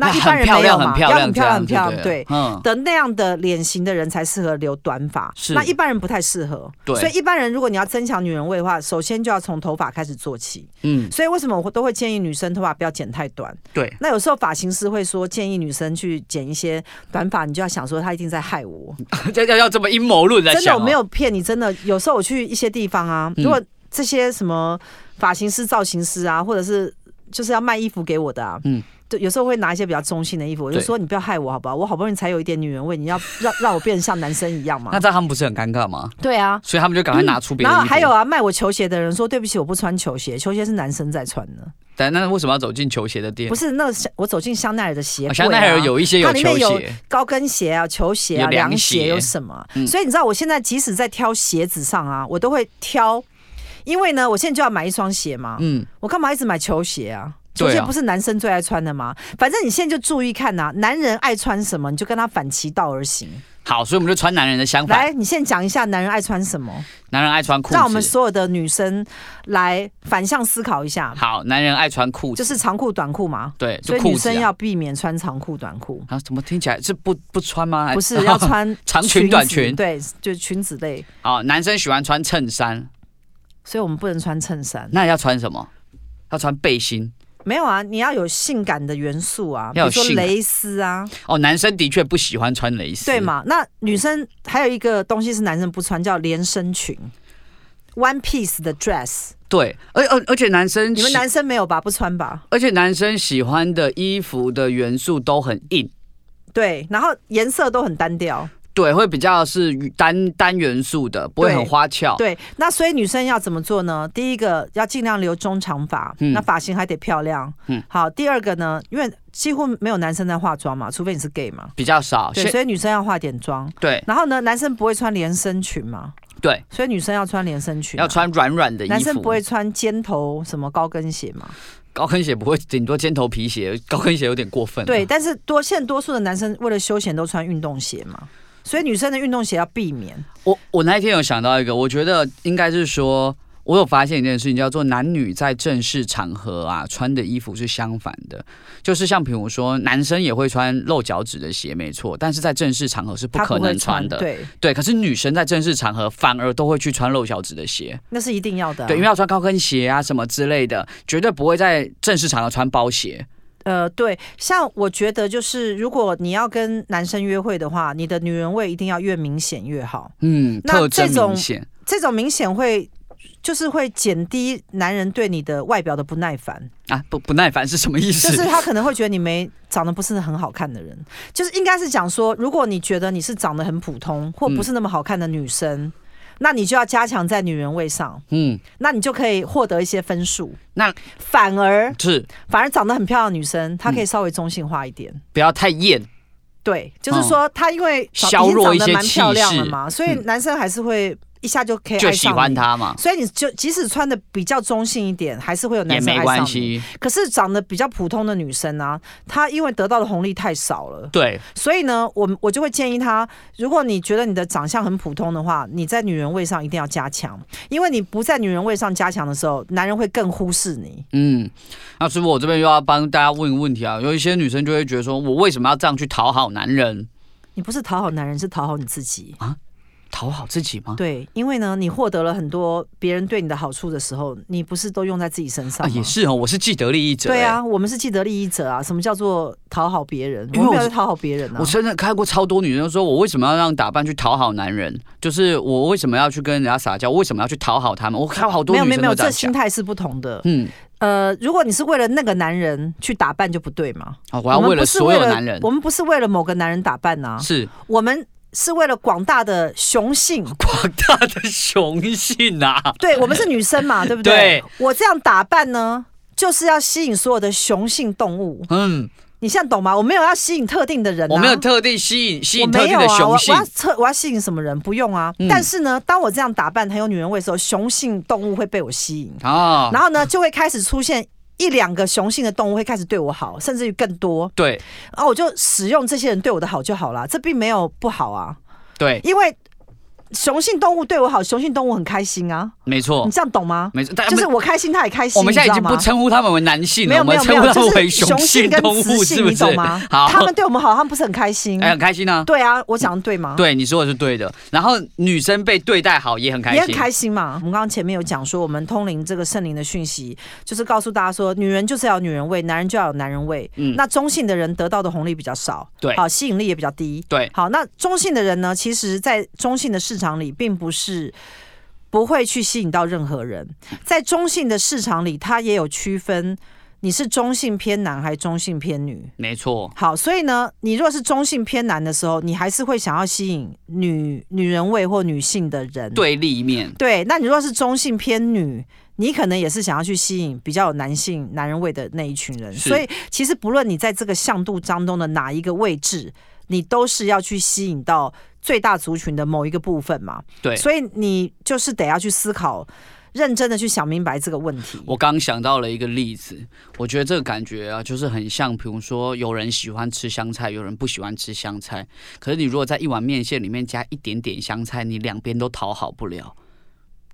A: 那一般
B: 很
A: 人没
B: 漂
A: 有
B: 亮，
A: 嘛，
B: 很漂
A: 要
B: 亮，
A: 很漂亮，很漂亮，对。
B: 嗯，
A: 的那样的脸型的人才适合留短发，
B: 是
A: 那一般人不太适合。
B: 对
A: 所以一般人如果你要增强女人味的话，首先就要从头发开始做起。
B: 嗯，
A: 所以为什么我都会建议女生头发不要剪太短？
B: 对，
A: 那有时候发型师会说建议女生去剪一些短发，你就要想说她一定在害我。
B: 要要 要这么阴谋论来
A: 真的，
B: 想、
A: 我
B: 哦，
A: 没有骗你，真的。有时候我去一些地方啊，
B: 嗯
A: 如果这些什么发型师、造型师啊，或者是就是要卖衣服给我的啊，
B: 嗯
A: 嗯。对，有时候会拿一些比较中性的衣服，我就
B: 对
A: 说你不要害我好不好？我好不容易才有一点女人味，你要让让我变得像男生一样嘛
B: 那？这样他们不是很尴尬吗？
A: 对啊。
B: 所以他们就赶快拿出别的
A: 然
B: 衣服。
A: 后还有，啊，卖我球鞋的人说对不起，我不穿球鞋，球鞋是男生在穿的，
B: 但那为什么要走进球鞋的店？
A: 不
B: 是，
A: 是那个香我走进香奈儿的鞋柜、啊，
B: 哦香奈儿有一些
A: 它
B: 有
A: 里
B: 球
A: 面有
B: 鞋，
A: 高跟鞋啊、球鞋
B: 有
A: 啊、
B: 凉
A: 凉鞋
B: 鞋
A: 有什么啊？
B: 嗯
A: 所以你知道，我现在即使在挑鞋子上啊，我都会挑，因为呢，我现在就要买一双鞋嘛，
B: 嗯，
A: 我干嘛一直买球鞋啊？球
B: 对
A: 鞋
B: 啊
A: 不是男生最爱穿的吗？反正你现在就注意看呐、男人爱穿什么，你就跟他反其道而行。
B: 好，所以我们就穿男人的相反，
A: 来，你现在讲一下男人爱穿什么，
B: 男人爱穿裤
A: 让我们
B: 子，
A: 所有的女生来反向思考一下，
B: 好，男人爱穿裤
A: 就
B: 子，
A: 是长裤、短裤嘛。
B: 对，就
A: 所以
B: 裤
A: 女
B: 子
A: 生
B: 啊
A: 要避免穿长裤、短裤，
B: 啊，怎么听起来是不不穿吗？
A: 不是要 穿
B: 长裙
A: 子
B: 短裙
A: 对，就裙子类。
B: 啊？男生喜欢穿衬衫，
A: 所以我们不能穿衬衫。
B: 那要穿什么？要穿背心
A: 没有啊，你要有性感的元素啊，比
B: 要有
A: 如说
B: 性感
A: 蕾丝啊，
B: 哦。男生的确不喜欢穿蕾丝，
A: 对？嘛？那女生还有一个东西是男生不穿，叫连身裙。One piece 的 dress，
B: 对，而而而且男生
A: 你们
B: 喜
A: 男生没有吧？不穿吧？
B: 而且男生喜欢的衣服的元素都很硬，
A: 对，然后颜色都很单调。
B: 对，会比较是单单元素的，不会
A: 对
B: 很花俏。
A: 对，那所以女生要怎么做呢？第一个要尽量留中长发，
B: 嗯
A: 那发型还得漂亮。
B: 嗯
A: 好，第二个呢，因为几乎没有男生在化妆嘛，除非你是 gay 嘛，
B: 比较少。
A: 对，
B: 现
A: 所以女生要化点妆。
B: 对
A: 然后呢，男生不会穿连身裙嘛，
B: 对，
A: 所以女生要穿连身裙啊、
B: 要穿软软的衣服。
A: 男生不会穿尖头什么高跟鞋嘛？
B: 高跟鞋，不会，顶多尖头皮鞋。高跟鞋有点过分。
A: 对，，但是多现在多数的男生为了休闲都穿运动鞋嘛，所以女生的运动鞋要避免。
B: 我我那一天有想到一个，我觉得应该是说。我有发现一件事情，叫做男女在正式场合啊穿的衣服是相反的，就是像比如说男生也会穿露脚趾的鞋，没错，但是在正式场合是不
A: 他
B: 可
A: 会
B: 能穿的。
A: 对，
B: 对，可是女生在正式场合反而都会去穿露脚趾的鞋，
A: 那是一定要的啊、
B: 对，因为要穿高跟鞋啊什么之类的，绝对不会在正式场合穿包鞋。
A: 呃，对，像我觉得就是，如果你要跟男生约会的话，你的女人味一定要越明显越好。
B: 嗯，
A: 那
B: 特征
A: 这种
B: 明显，
A: 这种明显会就是会减低男人对你的外表的不耐烦，
B: 啊，不不耐烦是什么意
A: 就
B: 思？
A: 是他可能会觉得你没长得不是很好看的人，就是应该是讲说，如果你觉得你是长得很普通或不是
B: 嗯
A: 那么好看的女生，那你就要加强在女人味上，
B: 嗯，
A: 那你就可以获得一些分数。
B: 那
A: 反而
B: 是
A: 反而长得很漂亮的女生，她可以稍微中性化一点。
B: 不要太艳，
A: 对，就是说她因为长
B: 哦削弱
A: 已经长
B: 一些
A: 得蛮漂亮了
B: 气势嗯
A: 嘛，所以男生还是会一下就可以
B: 就
A: 爱
B: 喜
A: 上
B: 欢
A: 你。
B: 她嘛，
A: 所以你就即使穿的比较中性一点，还是会有
B: 也
A: 男生
B: 没
A: 爱
B: 关
A: 上你。
B: 系。
A: 可是长得比较普通的女生啊，她因为得到的红利太少了，
B: 对，
A: 所以呢，我我就会建议她，如果你觉得你的长相很普通的话，你在女人味上一定要加强，因为你不在女人味上加强的时候，男人会更忽视你。
B: 嗯，那师傅，我这边又要帮大家问一个问题啊，有一些女生就会觉得说，我为什么要这样去讨好男人，
A: 你不是讨好男人，是讨好你自己。
B: 讨好自己吗？
A: 对，因为呢，你获得了很多别人对你的好处的时候，你不是都用在自己身上
B: 啊，
A: 吗？
B: 也是哦，我是既得利益者、
A: 对
B: 欸
A: 啊，我们是既得利益者啊。什么叫做讨好别人？
B: 因为
A: 我没有
B: 我是
A: 在讨好别人啊
B: 欸我。真的看过超多女生说，我为什么要让打扮去讨好男人？就是我为什么要去跟人家撒娇？为什么要去讨好他们？我看过好多
A: 没有
B: 女
A: 没有
B: 生
A: 没有，
B: 都这
A: 这
B: 样
A: 心
B: 想。
A: 态是不同的。
B: 嗯，
A: 呃，如果你是为了那个男人去打扮，就不对嘛。
B: 哦，我要
A: 们
B: 为了
A: 不是
B: 所有男人，
A: 我们不是为了某个男人打扮呐、
B: 是
A: 我们是为了广大的雄 性。
B: 广大的雄性啊，
A: 对，我们是女生 嘛，对不
B: 对
A: 我这样打扮呢，就是要吸引所有的雄性动物。
B: 嗯，
A: 你现在懂吗？我没有要吸引特定的人、啊，
B: 我没有特定吸引吸
A: 我
B: 引特
A: 没
B: 定
A: 有
B: 的
A: 啊，我
B: 雄性
A: 我要，测我要吸引什么人？不用啊。
B: 嗯
A: 但是呢，当我这样打扮很有女人味的时候，雄性动物会被我吸引，
B: 哦，
A: 然后呢，就会开始出现。一两个雄性的动物会开始对我好，甚至于更多，
B: 对
A: 然后我就使用这些人对我的好就好啦，这并没有不好啊，
B: 对，
A: 因为雄性动物对我好，雄性动物很开心啊，
B: 没错
A: 你这样懂吗？
B: 哦没错，但
A: 就是我开心，它也开心，
B: 我们现在已
A: 你
B: 经
A: 知道
B: 不
A: 吗
B: 称呼他们为男性
A: 没
B: 了，我
A: 有没
B: 们
A: 有没
B: 称呼
A: 有，
B: 他们为
A: 就是雄
B: 性
A: 跟
B: 动
A: 雌
B: 物，是
A: 性，
B: 不
A: 你
B: 是
A: 懂？吗？
B: 好
A: 他们对我们好，他们不是很开心
B: 哎，？很开心啊。
A: 对啊，我讲的对吗？
B: 对，你说的是对的。然后女生被对待好也很开
A: 也
B: 心，
A: 很开心嘛。我们刚刚前面有讲说，我们通灵这个圣灵的讯息，就是告诉大家说，女人就是要有女人味，男人就要有男人味。
B: 嗯
A: 那中性的人得到的红利比较少，
B: 对
A: 好，吸引力也比较低。
B: 对，
A: 好，那中性的人呢，其实，在中性的市场里，并不是。不会去吸引到任何人，在中性的市场里，它也有区分，你是中性偏男还是中性偏女。
B: 没错，
A: 好，所以呢，你如果是中性偏男的时候，你还是会想要吸引女女人味或女性的人。
B: 对立面，
A: 对，那你如果是中性偏女，你可能也是想要去吸引比较有男性男人味的那一群人。
B: 是
A: 所以其实不论你在这个向度当中的哪一个位置，你都是要去吸引到最大族群的某一个部分嘛。
B: 对
A: 所以你就是得要去思考，认真的去想明白这个问题。
B: 我刚想到了一个例子，我觉得这个感觉啊，就是很像，比如说有人喜欢吃香菜，有人不喜欢吃香菜。可是你如果在一碗面线里面加一点点香菜，你两边都讨好不了，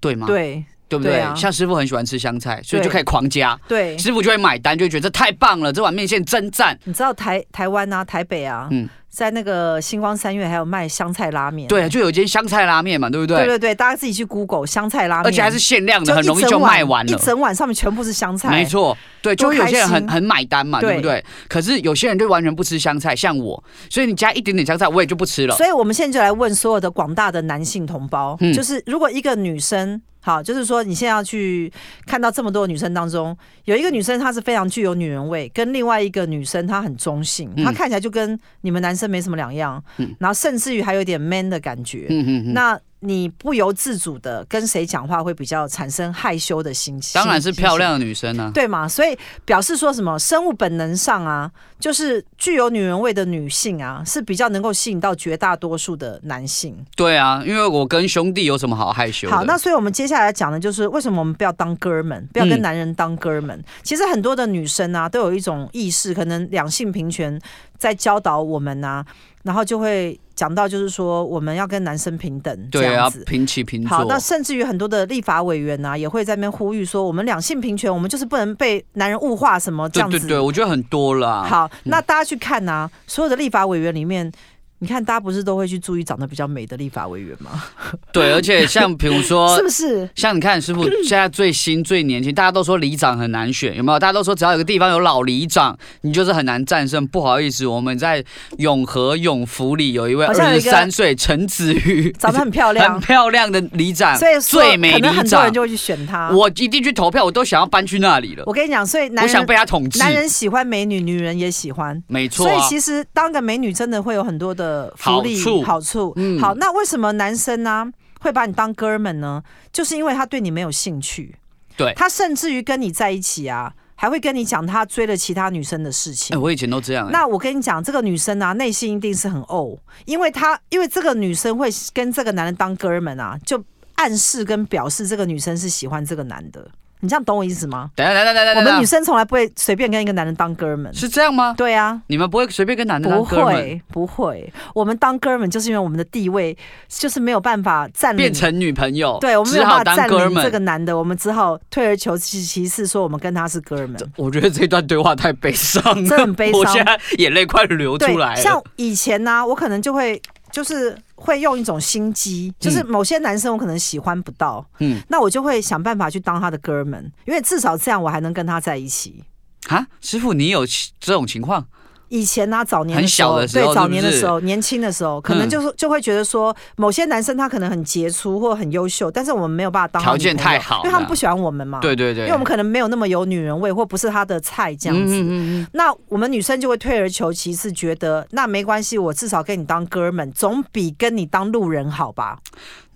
B: 对吗？，
A: 对
B: 对不对？
A: 对啊
B: 像师傅很喜欢吃香菜，所以
A: 对
B: 就可以狂加，
A: 对，
B: 师傅就会买单，就会觉得这太棒了，这碗面线真赞。
A: 你知道台台湾啊、台北啊，
B: 嗯
A: 在那个星光三月还有卖香菜拉面。
B: 对，就有一间香菜拉面嘛，对不对？
A: 对对对，大家自己去 Google 香菜拉面，
B: 而且还是限量的，
A: 就
B: 很
A: 一
B: 容易
A: 整
B: 就卖完
A: 碗
B: 了
A: 一。整碗上面全部是香菜，
B: 没错，对，就
A: 多
B: 会有些人
A: 开
B: 很
A: 心
B: 很买单嘛，对不
A: 对
B: 对？可是有些人就完全不吃香菜，像我，所以你加一点点香菜，我也就不吃了。
A: 所以我们现在就来问所有的广大的男性同胞，
B: 嗯
A: 就是如果一个女生，好，就是说你现在要去看到这么多的女生当中，有一个女生她是非常具有女人味，跟另外一个女生她很中性，
B: 嗯
A: 她看起来就跟你们男生没什么两样，
B: 嗯
A: 然后甚至于还有点 man 的感觉，
B: 嗯嗯嗯，
A: 那。你不由自主的跟谁讲话会比较产生害羞的心情，
B: 当然是
A: 心
B: 漂亮的女生啊。
A: 对嘛？所以表示说什么生物本能上啊，就是具有女人味的女性啊，是比较能够吸引到绝大多数的男性。
B: 对啊，因为我跟兄弟有什么好害羞的？
A: 好，那所以我们接下来讲的就是为什么我们不要当哥们，不要跟
B: 嗯
A: 男人当哥们。其实很多的女生啊，都有一种意识，可能两性平权在教导我们啊，然后就会讲到就是说我们要跟男生平等这
B: 对啊
A: 样子，。
B: 平起平
A: 好，那
B: 坐。
A: 甚至于很多的立法委员啊，也会在那边呼吁说，我们两性平权，我们就是不能被男人物化什么这
B: 对
A: 样子。
B: 啊对对，我觉得很多啦。
A: 啊好，那大家去看呐、所有的立法委员里面，你看，大家不是都会去注意长得比较美的立法委员吗？
B: 对，而且像比如 说
A: 是。不是？
B: 像你看，师 傅现在最新最年轻，大家都说里长很难选，有没有？大家都说只要有个地方有老里长，你就是很难战胜。不好意思，我们在永和永福里有一位
A: 好
B: 二
A: 像有
B: 十
A: 一个
B: 三岁陈子瑜，
A: 长得很漂
B: 很
A: 亮，
B: 漂亮的里长，
A: 所以说
B: 最美
A: 可能
B: 里
A: 很多
B: 长
A: 人就，会去选她。
B: 我一定去投票，我都想要搬去那里了，
A: 我跟你讲，所以男
B: 我想
A: 人
B: 被他统治。
A: 男人喜欢美女，女人也喜欢。
B: 没错
A: 所以
B: 啊，
A: 其实当个美女真的会有很多的福利
B: 好处
A: 好处
B: 嗯
A: 好，那为什么男生呢、会把你当哥们呢？就是因为他对你没有兴趣。
B: 对
A: 他甚至于跟你在一起啊，还会跟你讲他追了其他女生的事情。
B: 哎，我以前都这样。哎
A: 那我跟你讲，这个女生啊，内心一定是很怄，因为她因为这个女生会跟这个男人当哥们啊，就暗示跟表示这个女生是喜欢这个男的。你这样懂我意思吗？
B: 等一下，等一下，等一下，
A: 我
B: 等一下
A: 们女生从来不会随便跟一个男人当哥们。
B: 是这样吗？
A: 对啊，
B: 你们不会随便跟男的
A: 不
B: 当哥们
A: 会不会，我们当哥们就是因为我们的地位就是没有办法占领，
B: 变成女朋友，
A: 嗯对我们没
B: 只
A: 有办法
B: 好当
A: 占
B: 哥
A: 领这个
B: 们。
A: 男的，我们只好退而求其其次，说我们跟他是哥们。
B: 我觉得这段对话太悲伤了，
A: 这很悲伤
B: 我现在眼泪快流
A: 对
B: 出来，了。
A: 像以前呢、我可能就会就是会用一种心机，就是某些男生我可能喜欢不到，
B: 嗯
A: 嗯，那我就会想办法去当他的哥们，因为至少这样我还能跟他在一起。
B: 啊，师傅，你有这种情况？
A: 以前呢、早年
B: 很
A: 时候，
B: 小的时候
A: 对，
B: 是不嗯
A: 早年的
B: 是
A: 时候，年轻的时候，可能就是、就会觉得说，某些男生他可能很杰出或很优秀，但是我们没有办法当他
B: 条件
A: 女朋友
B: 太好
A: 因为他
B: 了
A: 们不喜欢我们嘛，，
B: 对对
A: 啊因
B: 对，
A: 为我们可能没有那么有女人味，或不是他的菜这样子。
B: 嗯嗯嗯
A: 那我们女生就会退而求其次，觉得那没关系，我至少跟你当哥们，总比跟你当路人好吧？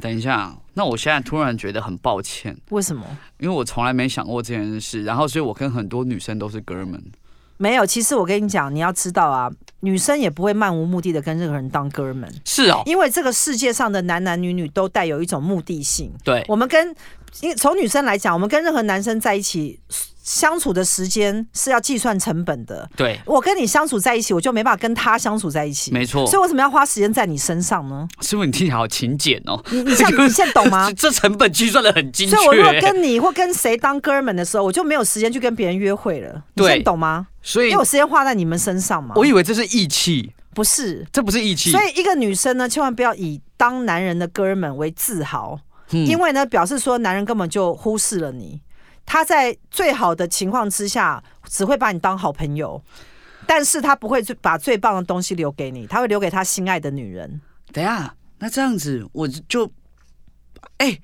B: 等一下，那我现在突然觉得很抱歉，
A: 为什么？
B: 因为我从来没想过这件事，然后所以我跟很多女生都是哥们。
A: 没有，其实我跟你讲，你要知道啊，女生也不会漫无目的的跟任何人当哥们，
B: 是哦，
A: 因为这个世界上的男男女女都带有一种目的性。
B: 对，
A: 我们跟因为从女生来讲，我们跟任何男生在一起相处的时间是要计算成本的。
B: 对，
A: 我跟你相处在一起，我就没办法跟他相处在一起，
B: 没错。
A: 所以为什么要花时间在你身上呢？
B: 师傅，你听起来好勤俭哦，
A: 你你现在你现在懂吗？
B: 这这成本计算的很精确。
A: 所以我如果跟你或跟谁当哥们的时候，我就没有时间去跟别人约会了，你
B: 对
A: 现在懂吗？
B: 所
A: 因
B: 以
A: 为我时间花在你们身上嘛。
B: 我以为这是义气，
A: 不是，
B: 这不是义气。
A: 所以一个女生呢，千万不要以当男人的哥们为自豪，
B: 嗯
A: 因为呢，表示说男人根本就忽视了你。他在最好的情况之下，只会把你当好朋友，但是他不会最把最棒的东西留给你，他会留给他心爱的女人。
B: 等一下，那这样子我就，哎、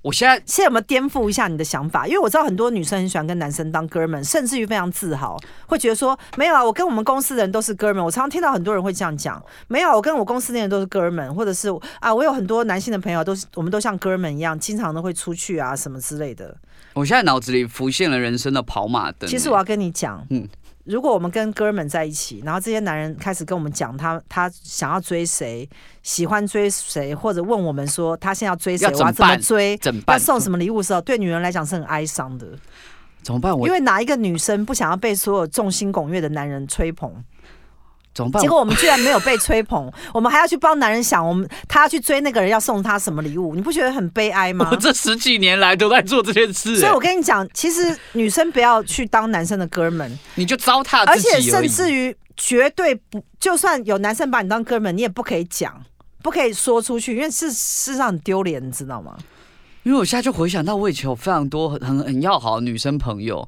B: 我现在
A: 现在有没有颠覆一下你的想法？因为我知道很多女生很喜欢跟男生当哥们，甚至于非常自豪，会觉得说没有啊，我跟我们公司的人都是哥们。我常常听到很多人会这样讲，没有啊，我跟我公司的人都是哥们，或者是啊，我有很多男性的朋友都是我们都像哥们一样，经常都会出去啊什么之类的。
B: 我现在脑子里浮现了人生的跑马灯。
A: 其实我要跟你讲，
B: 嗯
A: 如果我们跟哥们在一起，然后这些男人开始跟我们讲他他想要追谁，喜欢追谁，或者问我们说他现在要追谁，
B: 要怎
A: 我
B: 么
A: 要怎么
B: 办
A: 追。
B: 怎么
A: 要
B: 办？
A: 送什么礼物的时候，对女人来讲是很哀伤的。
B: 怎么办？我
A: 因为哪一个女生不想要被所有众星拱月的男人吹捧？
B: 怎么办？
A: 结果我们居然没有被吹捧， 我们还要去帮男人想，我们他要去追那个人要送他什么礼物，你不觉得很悲哀吗
B: 我？这十几年来都在做这件事、
A: 所以，
B: 哎
A: 我跟你讲，其实女生不要去当男生的哥们，
B: 你就糟蹋
A: 而
B: 啊自己
A: 且甚
B: 已
A: 至于绝对不，就算有男生把你当哥们，你也不可以讲，不可以说出去，因为是事实上很丢脸，你知道吗？
B: 因为我现在就回想到我以前有非常多很很很要好的女生朋友，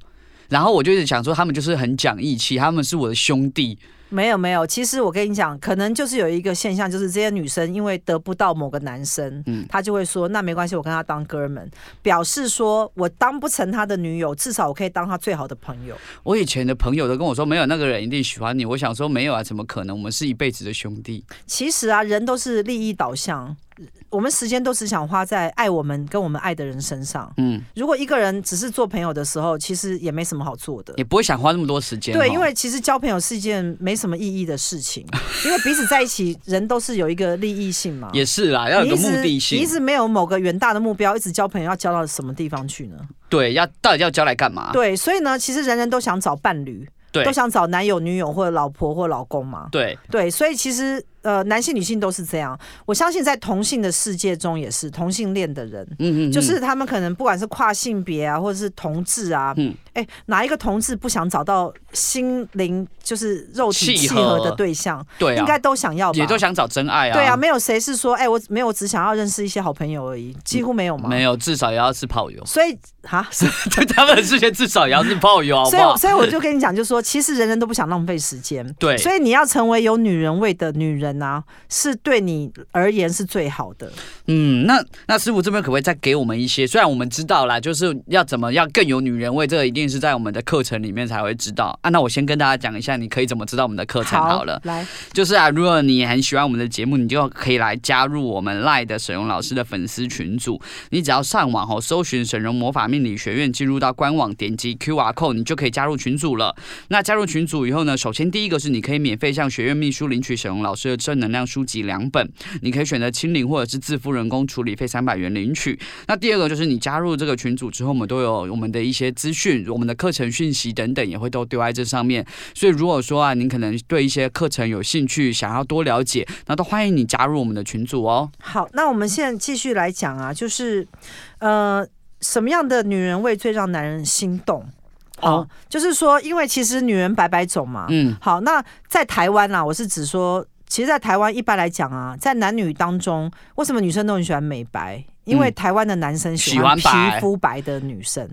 B: 然后我就一直想说他们就是很讲义气，他们是我的兄弟。
A: 没有没有，其实我跟你讲，可能就是有一个现象，就是这些女生因为得不到某个男生，
B: 嗯
A: 她就会说那没关系，我跟他当哥们，表示说我当不成他的女友，至少我可以当他最好的朋友。
B: 我以前的朋友都跟我说没有那个人一定喜欢你，我想说没有啊，怎么可能？我们是一辈子的兄弟。
A: 其实啊，人都是利益导向，我们时间都只想花在爱我们跟我们爱的人身上。
B: 嗯，
A: 如果一个人只是做朋友的时候，其实也没什么好做的。
B: 也不会想花那么多时间哦。
A: 对，因为其实交朋友是一件没什么意义的事情，因为彼此在一起，人都是有一个利益性嘛。
B: 也是啦，要有
A: 你
B: 个
A: 一直
B: 目的
A: 你一
B: 性。
A: 直没有某个远大的目标，一直交朋友要交到什么地方去呢？
B: 对，要到底要交来干嘛？
A: 对，所以呢，其实人人都想找伴侣，
B: 啊对
A: 都想找男友、女友或者老婆或老公嘛。
B: 对，
A: 对，所以其实呃男性女性都是这样。我相信在同性的世界中也是同性恋的人，
B: 嗯嗯，嗯
A: 就是他们可能不管是跨性别啊，或者是同志啊，
B: 嗯
A: 嗯，哎、哪一个同志不想找到心灵就是肉体
B: 契
A: 契
B: 合
A: 合的对象？
B: 对啊，
A: 应该都想要吧？
B: 也都想找真爱啊。
A: 对啊，没有谁是说，哎、我没有，我只想要认识一些好朋友而已，几乎没有嘛。。
B: 没有，至少也要是炮友
A: 所以哈，所以
B: 对他们之前至少也要是炮友，好不好？
A: 所以我就跟你讲，就说其实人人都不想浪费时间，
B: 对，
A: 所以你要成为有女人味的女人啊，是对你而言是最好的。
B: 嗯，那那师傅这边可不可以再给我们一些？虽然我们知道啦，就是要怎么样更有女人味，这个一定是在我们的课程里面才会知道啊。那我先跟大家讲一下，你可以怎么知道我们的课程好了。
A: 来，
B: 就是啊，如果你很喜欢我们的节目，你就可以来加入我们赖的沈荣老师的粉丝群组。你只要上网哦，搜寻沈荣魔法命理学院，进入到官网，点击 Q R code，你就可以加入群组了。那加入群组以后呢，首先第一个是你可以免费向学院秘书领取沈荣老师的正能量书籍两本，你可以选择清零或者是自付人工处理费三百元领取。那第二个就是你加入这个群组之后，我们都有我们的一些资讯、我们的课程讯息等等，也会都丢在这上面。所以如果说啊，您可能对一些课程有兴趣，想要多了解，那都欢迎你加入我们的群组哦。
A: 好，那我们现在继续来讲啊，就是呃，什么样的女人味最让男人心动？
B: 好
A: 哦，就是说，因为其实女人百百种嘛，
B: 嗯，
A: 好，那在台湾啦、我是指说，其实，在台湾一般来讲啊，在男女当中，为什么女生都很喜欢美白？因为
B: 嗯
A: 台湾的男生喜欢
B: 喜
A: 皮
B: 欢白
A: 肤白的女生，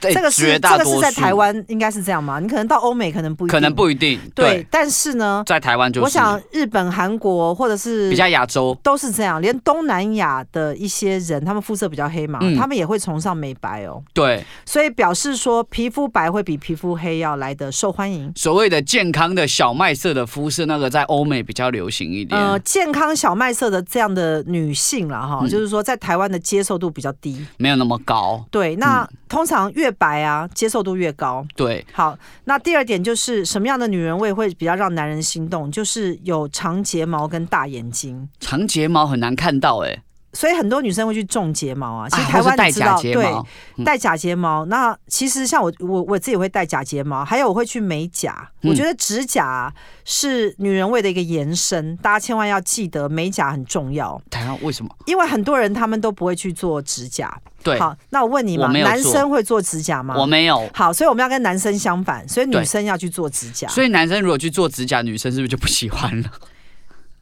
B: 对
A: 这个是
B: 绝
A: 这
B: 大
A: 个
B: 多数
A: 是在台，湾应该是这样嘛？你可能到欧美可能不一定
B: 可能不一定。
A: 对，，但是呢，
B: 在台湾就是
A: 我想日本、韩国或者是
B: 比较亚洲，
A: 都是这样，连东南亚的一些人，他们肤色比较黑嘛，
B: 嗯
A: 他们也会崇尚美白哦，
B: 对
A: 所以表示说皮肤白会比皮肤黑要来的受欢迎。
B: 所谓的健康的小麦色的肤色，那个在欧美比较流行一点。
A: 呃，健康小麦色的这样的女性啦，哈、
B: 嗯
A: 就是说在台湾的接受度比较低。
B: 没有那么高，
A: 对，那、
B: 嗯
A: 通常越白啊，接受度越高。
B: 对，
A: 好，那第二点就是什么样的女人味会比较让男人心动？就是有长睫毛跟大眼睛，
B: 长睫毛很难看到、欸，
A: 所以很多女生会去种睫毛啊。其实
B: 啊
A: 台
B: 或是
A: 湾
B: 戴
A: 你知
B: 假
A: 道，
B: 睫
A: 对，
B: 毛，嗯
A: 戴假睫毛，那其实像我我我自己会戴假睫毛，还有我会去美甲。
B: 嗯
A: 我觉得指甲啊是女人味的一个延伸，大家千万要记得美甲很重要，
B: 台湾为什么？
A: 因为很多人他们都不会去做指甲。
B: 对，
A: 好，那我问你
B: 我
A: 嘛，
B: 没有
A: 男
B: 做
A: 生会做指甲吗？
B: 我没有。
A: 好，所以我们要跟男生相反，所以
B: 对
A: 女生要去做指甲，
B: 所以男生如果去做指甲，女生是不是就不喜欢了？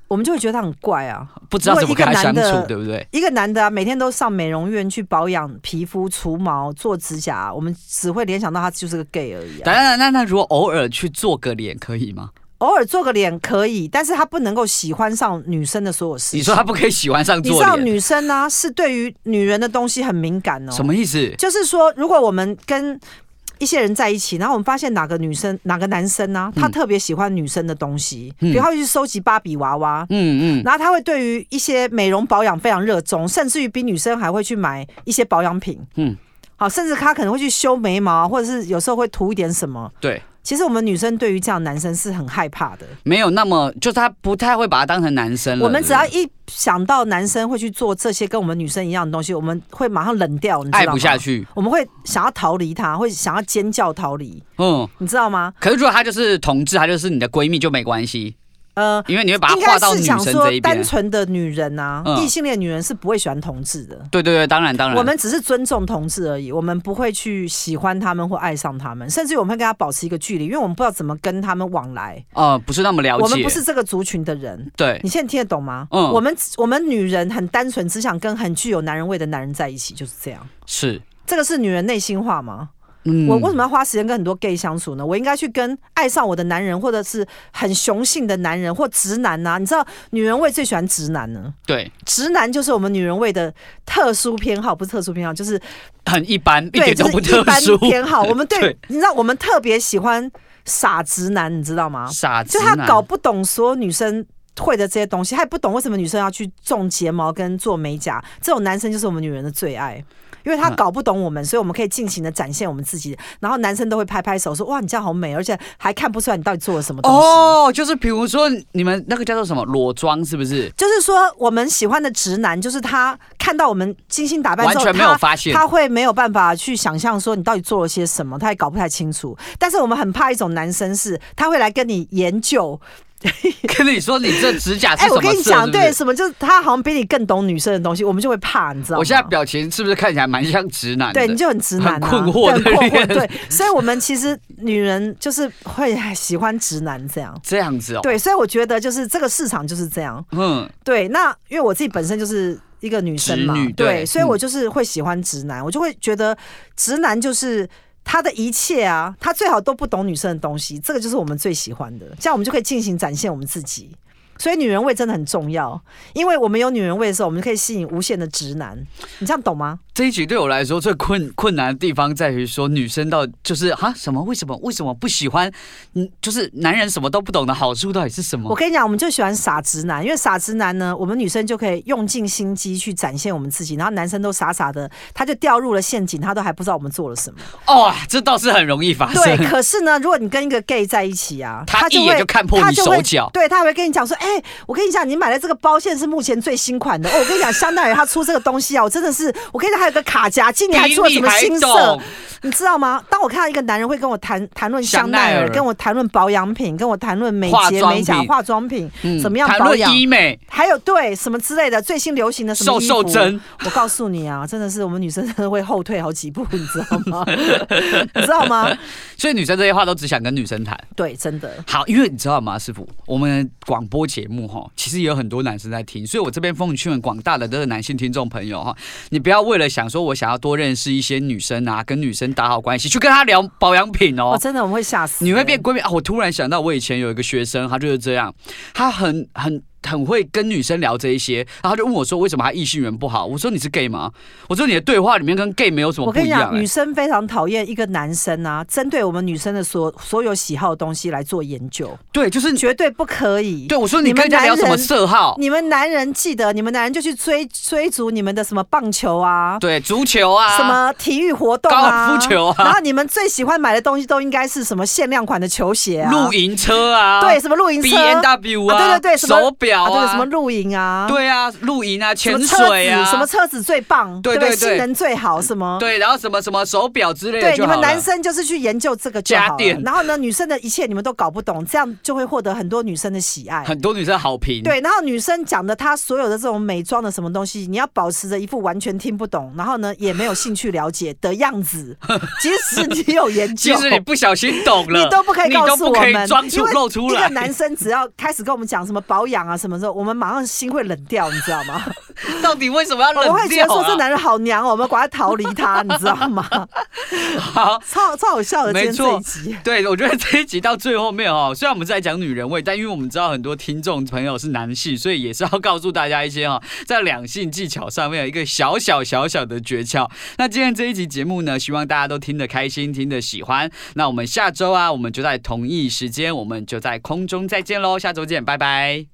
A: 我们就会觉得他很怪啊。
B: 不知道
A: 如果
B: 怎么
A: 一个
B: 跟他相
A: 男的
B: 处，对不对？
A: 一个男的啊，每天都上美容院去保养皮肤、除毛、做指甲、我们只会联想到他就是个 gay 而已、啊。
B: 当然，那那如果偶尔去做个脸可以吗？
A: 偶尔做个脸可以，但是他不能够喜欢上女生的所有事情。
B: 你说他不可以喜欢上
A: 你知
B: 做
A: 道
B: 脸，
A: 女生呢、是对于女人的东西很敏感哦。
B: 什？么意思？
A: 就是说，如果我们跟一些人在一起，然后我们发现哪个女生、哪个男生呢、他
B: 嗯
A: 特别喜欢女生的东西，
B: 嗯
A: 比如他会去收集芭比娃娃。
B: 嗯嗯，
A: 然后他会对于一些美容保养非常热衷，甚至于比女生还会去买一些保养品。
B: 嗯
A: 嗯，好，甚至他可能会去修眉毛，或者是有时候会涂一点什么。
B: 对，
A: 其实我们女生对于这样的男生是很害怕的。
B: 没有那么，就是他不太会把他当成男生了。
A: 我们只要
B: 对
A: 一想到男生会去做这些跟我们女生一样的东西，我们会马上冷掉，你
B: 不
A: 知道
B: 对爱
A: 吗
B: 不下，去，
A: 我们会想要逃离他，会想要尖叫逃离，
B: 嗯。
A: 你知道吗？
B: 可是如果他就是同志，他就是你的闺蜜就没关系，
A: 呃，
B: 因为你会把他
A: 应
B: 划
A: 该
B: 到
A: 是
B: 女
A: 想
B: 生
A: 说
B: 这一边
A: 单。纯的女人啊，
B: 嗯
A: 异、性恋女人是不会喜欢同志的。
B: 对对对，当然当然。
A: 我们只是尊重同志而已，我们不会去喜欢他们或爱上他们，甚至于我们会跟他保持一个距离，因为我们不知道怎么跟他们往来。
B: 呃不是那么了解，
A: 我们不是这个族群的人，
B: 对
A: 你现在听得懂吗？
B: 嗯
A: 我们我们女人很单纯，只想跟很具有男人味的男人在一起，就是这样。
B: 是。
A: 这个是女人内心话吗？
B: 嗯
A: 我为什么要花时间跟很多 gay 相处呢？我应该去跟爱上我的男人，或者是很雄性的男人或直男啊呐、你知道，女人味最喜欢直男呢。
B: 对
A: 直男就是我们女人味的特殊偏好，不是特殊偏好，就是
B: 很一般，一
A: 对，
B: 点
A: 就
B: 都
A: 是
B: 不
A: 一
B: 特
A: 般
B: 殊。
A: 偏好。我们对，
B: 对
A: 你知道，我们特别喜欢傻直男，你知道吗？
B: 傻子
A: 就
B: 男，
A: 他搞不懂所有女生。会的这些东西，他也不懂为什么女生要去种睫毛跟做美甲，这种男生就是我们女人的最爱，因为他
B: 嗯
A: 搞不懂我们，所以我们可以尽情的展现我们自己，然后男生都会拍拍手说：“哇，你这样好美，而且还看不出来你到底做了什么东西。”
B: 哦，就是比如说你们那个叫做什么裸妆，是不是？
A: 就是说，我们喜欢的直男，就是他看到我们精心打扮
B: 完
A: 之后，
B: 全没有发现
A: 他，他会没有办法去想象说你到底做了些什么，他也搞不太清楚。但是我们很怕一种男生是，他会来跟你研究
B: 跟你说你这指啊甲是
A: 哎、
B: 什么
A: 我
B: 色？
A: 跟你讲，
B: 是不是
A: 对，什么就是他好像比你更懂女生的东西，我们就会怕，你知道吗？
B: 我现在表情是不是看起来蛮像直男的？
A: 对，你就很直男、啊，
B: 很困惑的
A: 对很困惑，
B: 脸
A: 对，所以我们其实女人就是会哎喜欢直男这样。
B: 这样子哦。，
A: 对，所以我觉得就是这个市场就是这样。
B: 嗯，
A: 对，那因为我自己本身就是一个女生嘛，
B: 直女对
A: 对，所以我
B: 嗯
A: 就是会喜欢直男，我就会觉得直男就是他的一切啊，他最好都不懂女生的东西，这个就是我们最喜欢的，这样我们就可以尽情展现我们自己。所以女人味真的很重要，因为我们有女人味的时候，我们就可以吸引无限的直男。你这样懂吗？
B: 这一集对我来说最困困难的地方在于说，女生到底就是啊什么？为什么为什么不喜欢？嗯，就是男人什么都不懂的好处到底是什
A: 我
B: 么？
A: 跟你讲，我们就喜欢傻直男，因为傻直男呢，我们女生就可以用尽心机去展现我们自己，然后男生都傻傻的，他就掉入了陷阱，他都还不知道我们做了什么。
B: 哦，这倒是很容易发
A: 对，
B: 生。
A: 可是呢，如果你跟一个 gay 在一起啊，
B: 啊他
A: 就
B: 一眼
A: 会
B: 就看破
A: 他
B: 你
A: 就会
B: 手脚
A: 对他还会跟你讲说，哎、我跟你讲，你买的这个包现在是目前最新款的。哦，我跟你讲，香奈儿他出这个东西啊，我真的是，我跟你讲，还有个卡夹，今年还出了什么
B: 比
A: 新
B: 你还
A: 色
B: 懂，？
A: 你知道吗？当我看到一个男人会跟我谈谈论
B: 香
A: 香奈
B: 奈
A: 儿，
B: 儿
A: 跟我谈论保养品，跟我谈论美
B: 化
A: 睫、
B: 妆
A: 美甲、
B: 品
A: 化妆品，
B: 嗯
A: 怎么样
B: 谈
A: 保
B: 论
A: 养
B: 医美、
A: 还有对什么之类的最新流行的什
B: 瘦
A: 么衣服
B: 瘦针，
A: 我告诉你啊，真的是我们女生真的会后退好几步，你知道 吗？你知道吗？
B: 所以女生这些话都只想跟女生谈。
A: 对，真的。
B: 好，因为你知道吗，师傅，我们广播节目哈，其实也有很多男生在听，所以我这边奉劝广大的这个男性听众朋友哈，你不要为了想说我想要多认识一些女生啊，跟女生打好关系，去跟她聊保养品
A: 哦，
B: 哦。
A: 真的我们会吓死、
B: 你会变闺蜜啊！我突然想到，我以前有一个学生，他就是这样，他很很很会跟女生聊这一些，然后他就问我说，为什么他异性缘不好？我说你是 gay 吗？我说你的对话里面跟 gay 没有什么
A: 我
B: 不
A: 跟
B: 一
A: 你
B: 样、
A: 讲，
B: 欸
A: 女生非常讨厌一个男生啊，针对我们女生的所所有喜好的东西来做研究，
B: 对，就是
A: 绝对不可以。
B: 对我说
A: 你
B: 你
A: 们
B: 跟人家聊什
A: 男
B: 么
A: 人
B: 色号？
A: 你们男人记得，你们男人就去追追逐你们的什么棒球啊，
B: 对，足球啊，
A: 什么体育活动啊，
B: 高尔夫球啊
A: 然后你们最喜欢买的东西都应该是什么限量款的球鞋啊，
B: 露营车啊，
A: 对，什么露营车
B: B N W 啊，
A: 啊对对对什么
B: 手
A: 啊，
B: 表啊，
A: 对什么露营啊，
B: 对啊，露营啊，
A: 什
B: 潜
A: 么车
B: 水啊，
A: 子，什么车子最棒，
B: 对
A: 不对
B: 对对
A: 性能最好，什么
B: 对，然后什么什么手表之类的
A: 对，
B: 就
A: 你
B: 好了
A: 们男生就是去研究这个就
B: 家
A: 好了
B: 电
A: 然后呢，女生的一切你们都搞不懂，这样就会获得很多女生的喜爱。
B: 很多女生好评，，
A: 对，然后女生讲的她所有的这种美妆的什么东西，你要保持着一副完全听不懂，然后呢也没有兴趣了解的样 子。即使你有研究，
B: 其实你不小心懂了，
A: 你都不可以
B: 你
A: 告
B: 都
A: 诉
B: 不
A: 我
B: 可
A: 们，
B: 以装出
A: 因为
B: 露出
A: 一
B: 来
A: 个。男生只要开始跟我们讲什么保养啊什么时候，我们马上心会冷掉，你知道 吗？
B: 到底为什么要
A: 我们会
B: 冷
A: 觉
B: 掉
A: 得说这
B: 啊？
A: 男人好娘哦，我们赶快逃离他，你知道吗？
B: 好。
A: 超超好笑的，今
B: 没
A: 天这
B: 错
A: 一集。
B: 对，我觉得这一集到最后面哦，虽然我们是在讲女人味，但因为我们知道很多听众朋友是男性，所以也是要告诉大家一些哈、哦，在两性技巧上面有一个小小小小的诀窍。那今天这一集节目呢，希望大家都听得开心，听得喜欢。那我们下周啊，我们就在同一时间，我们就在空中再见喽，下周见，拜拜。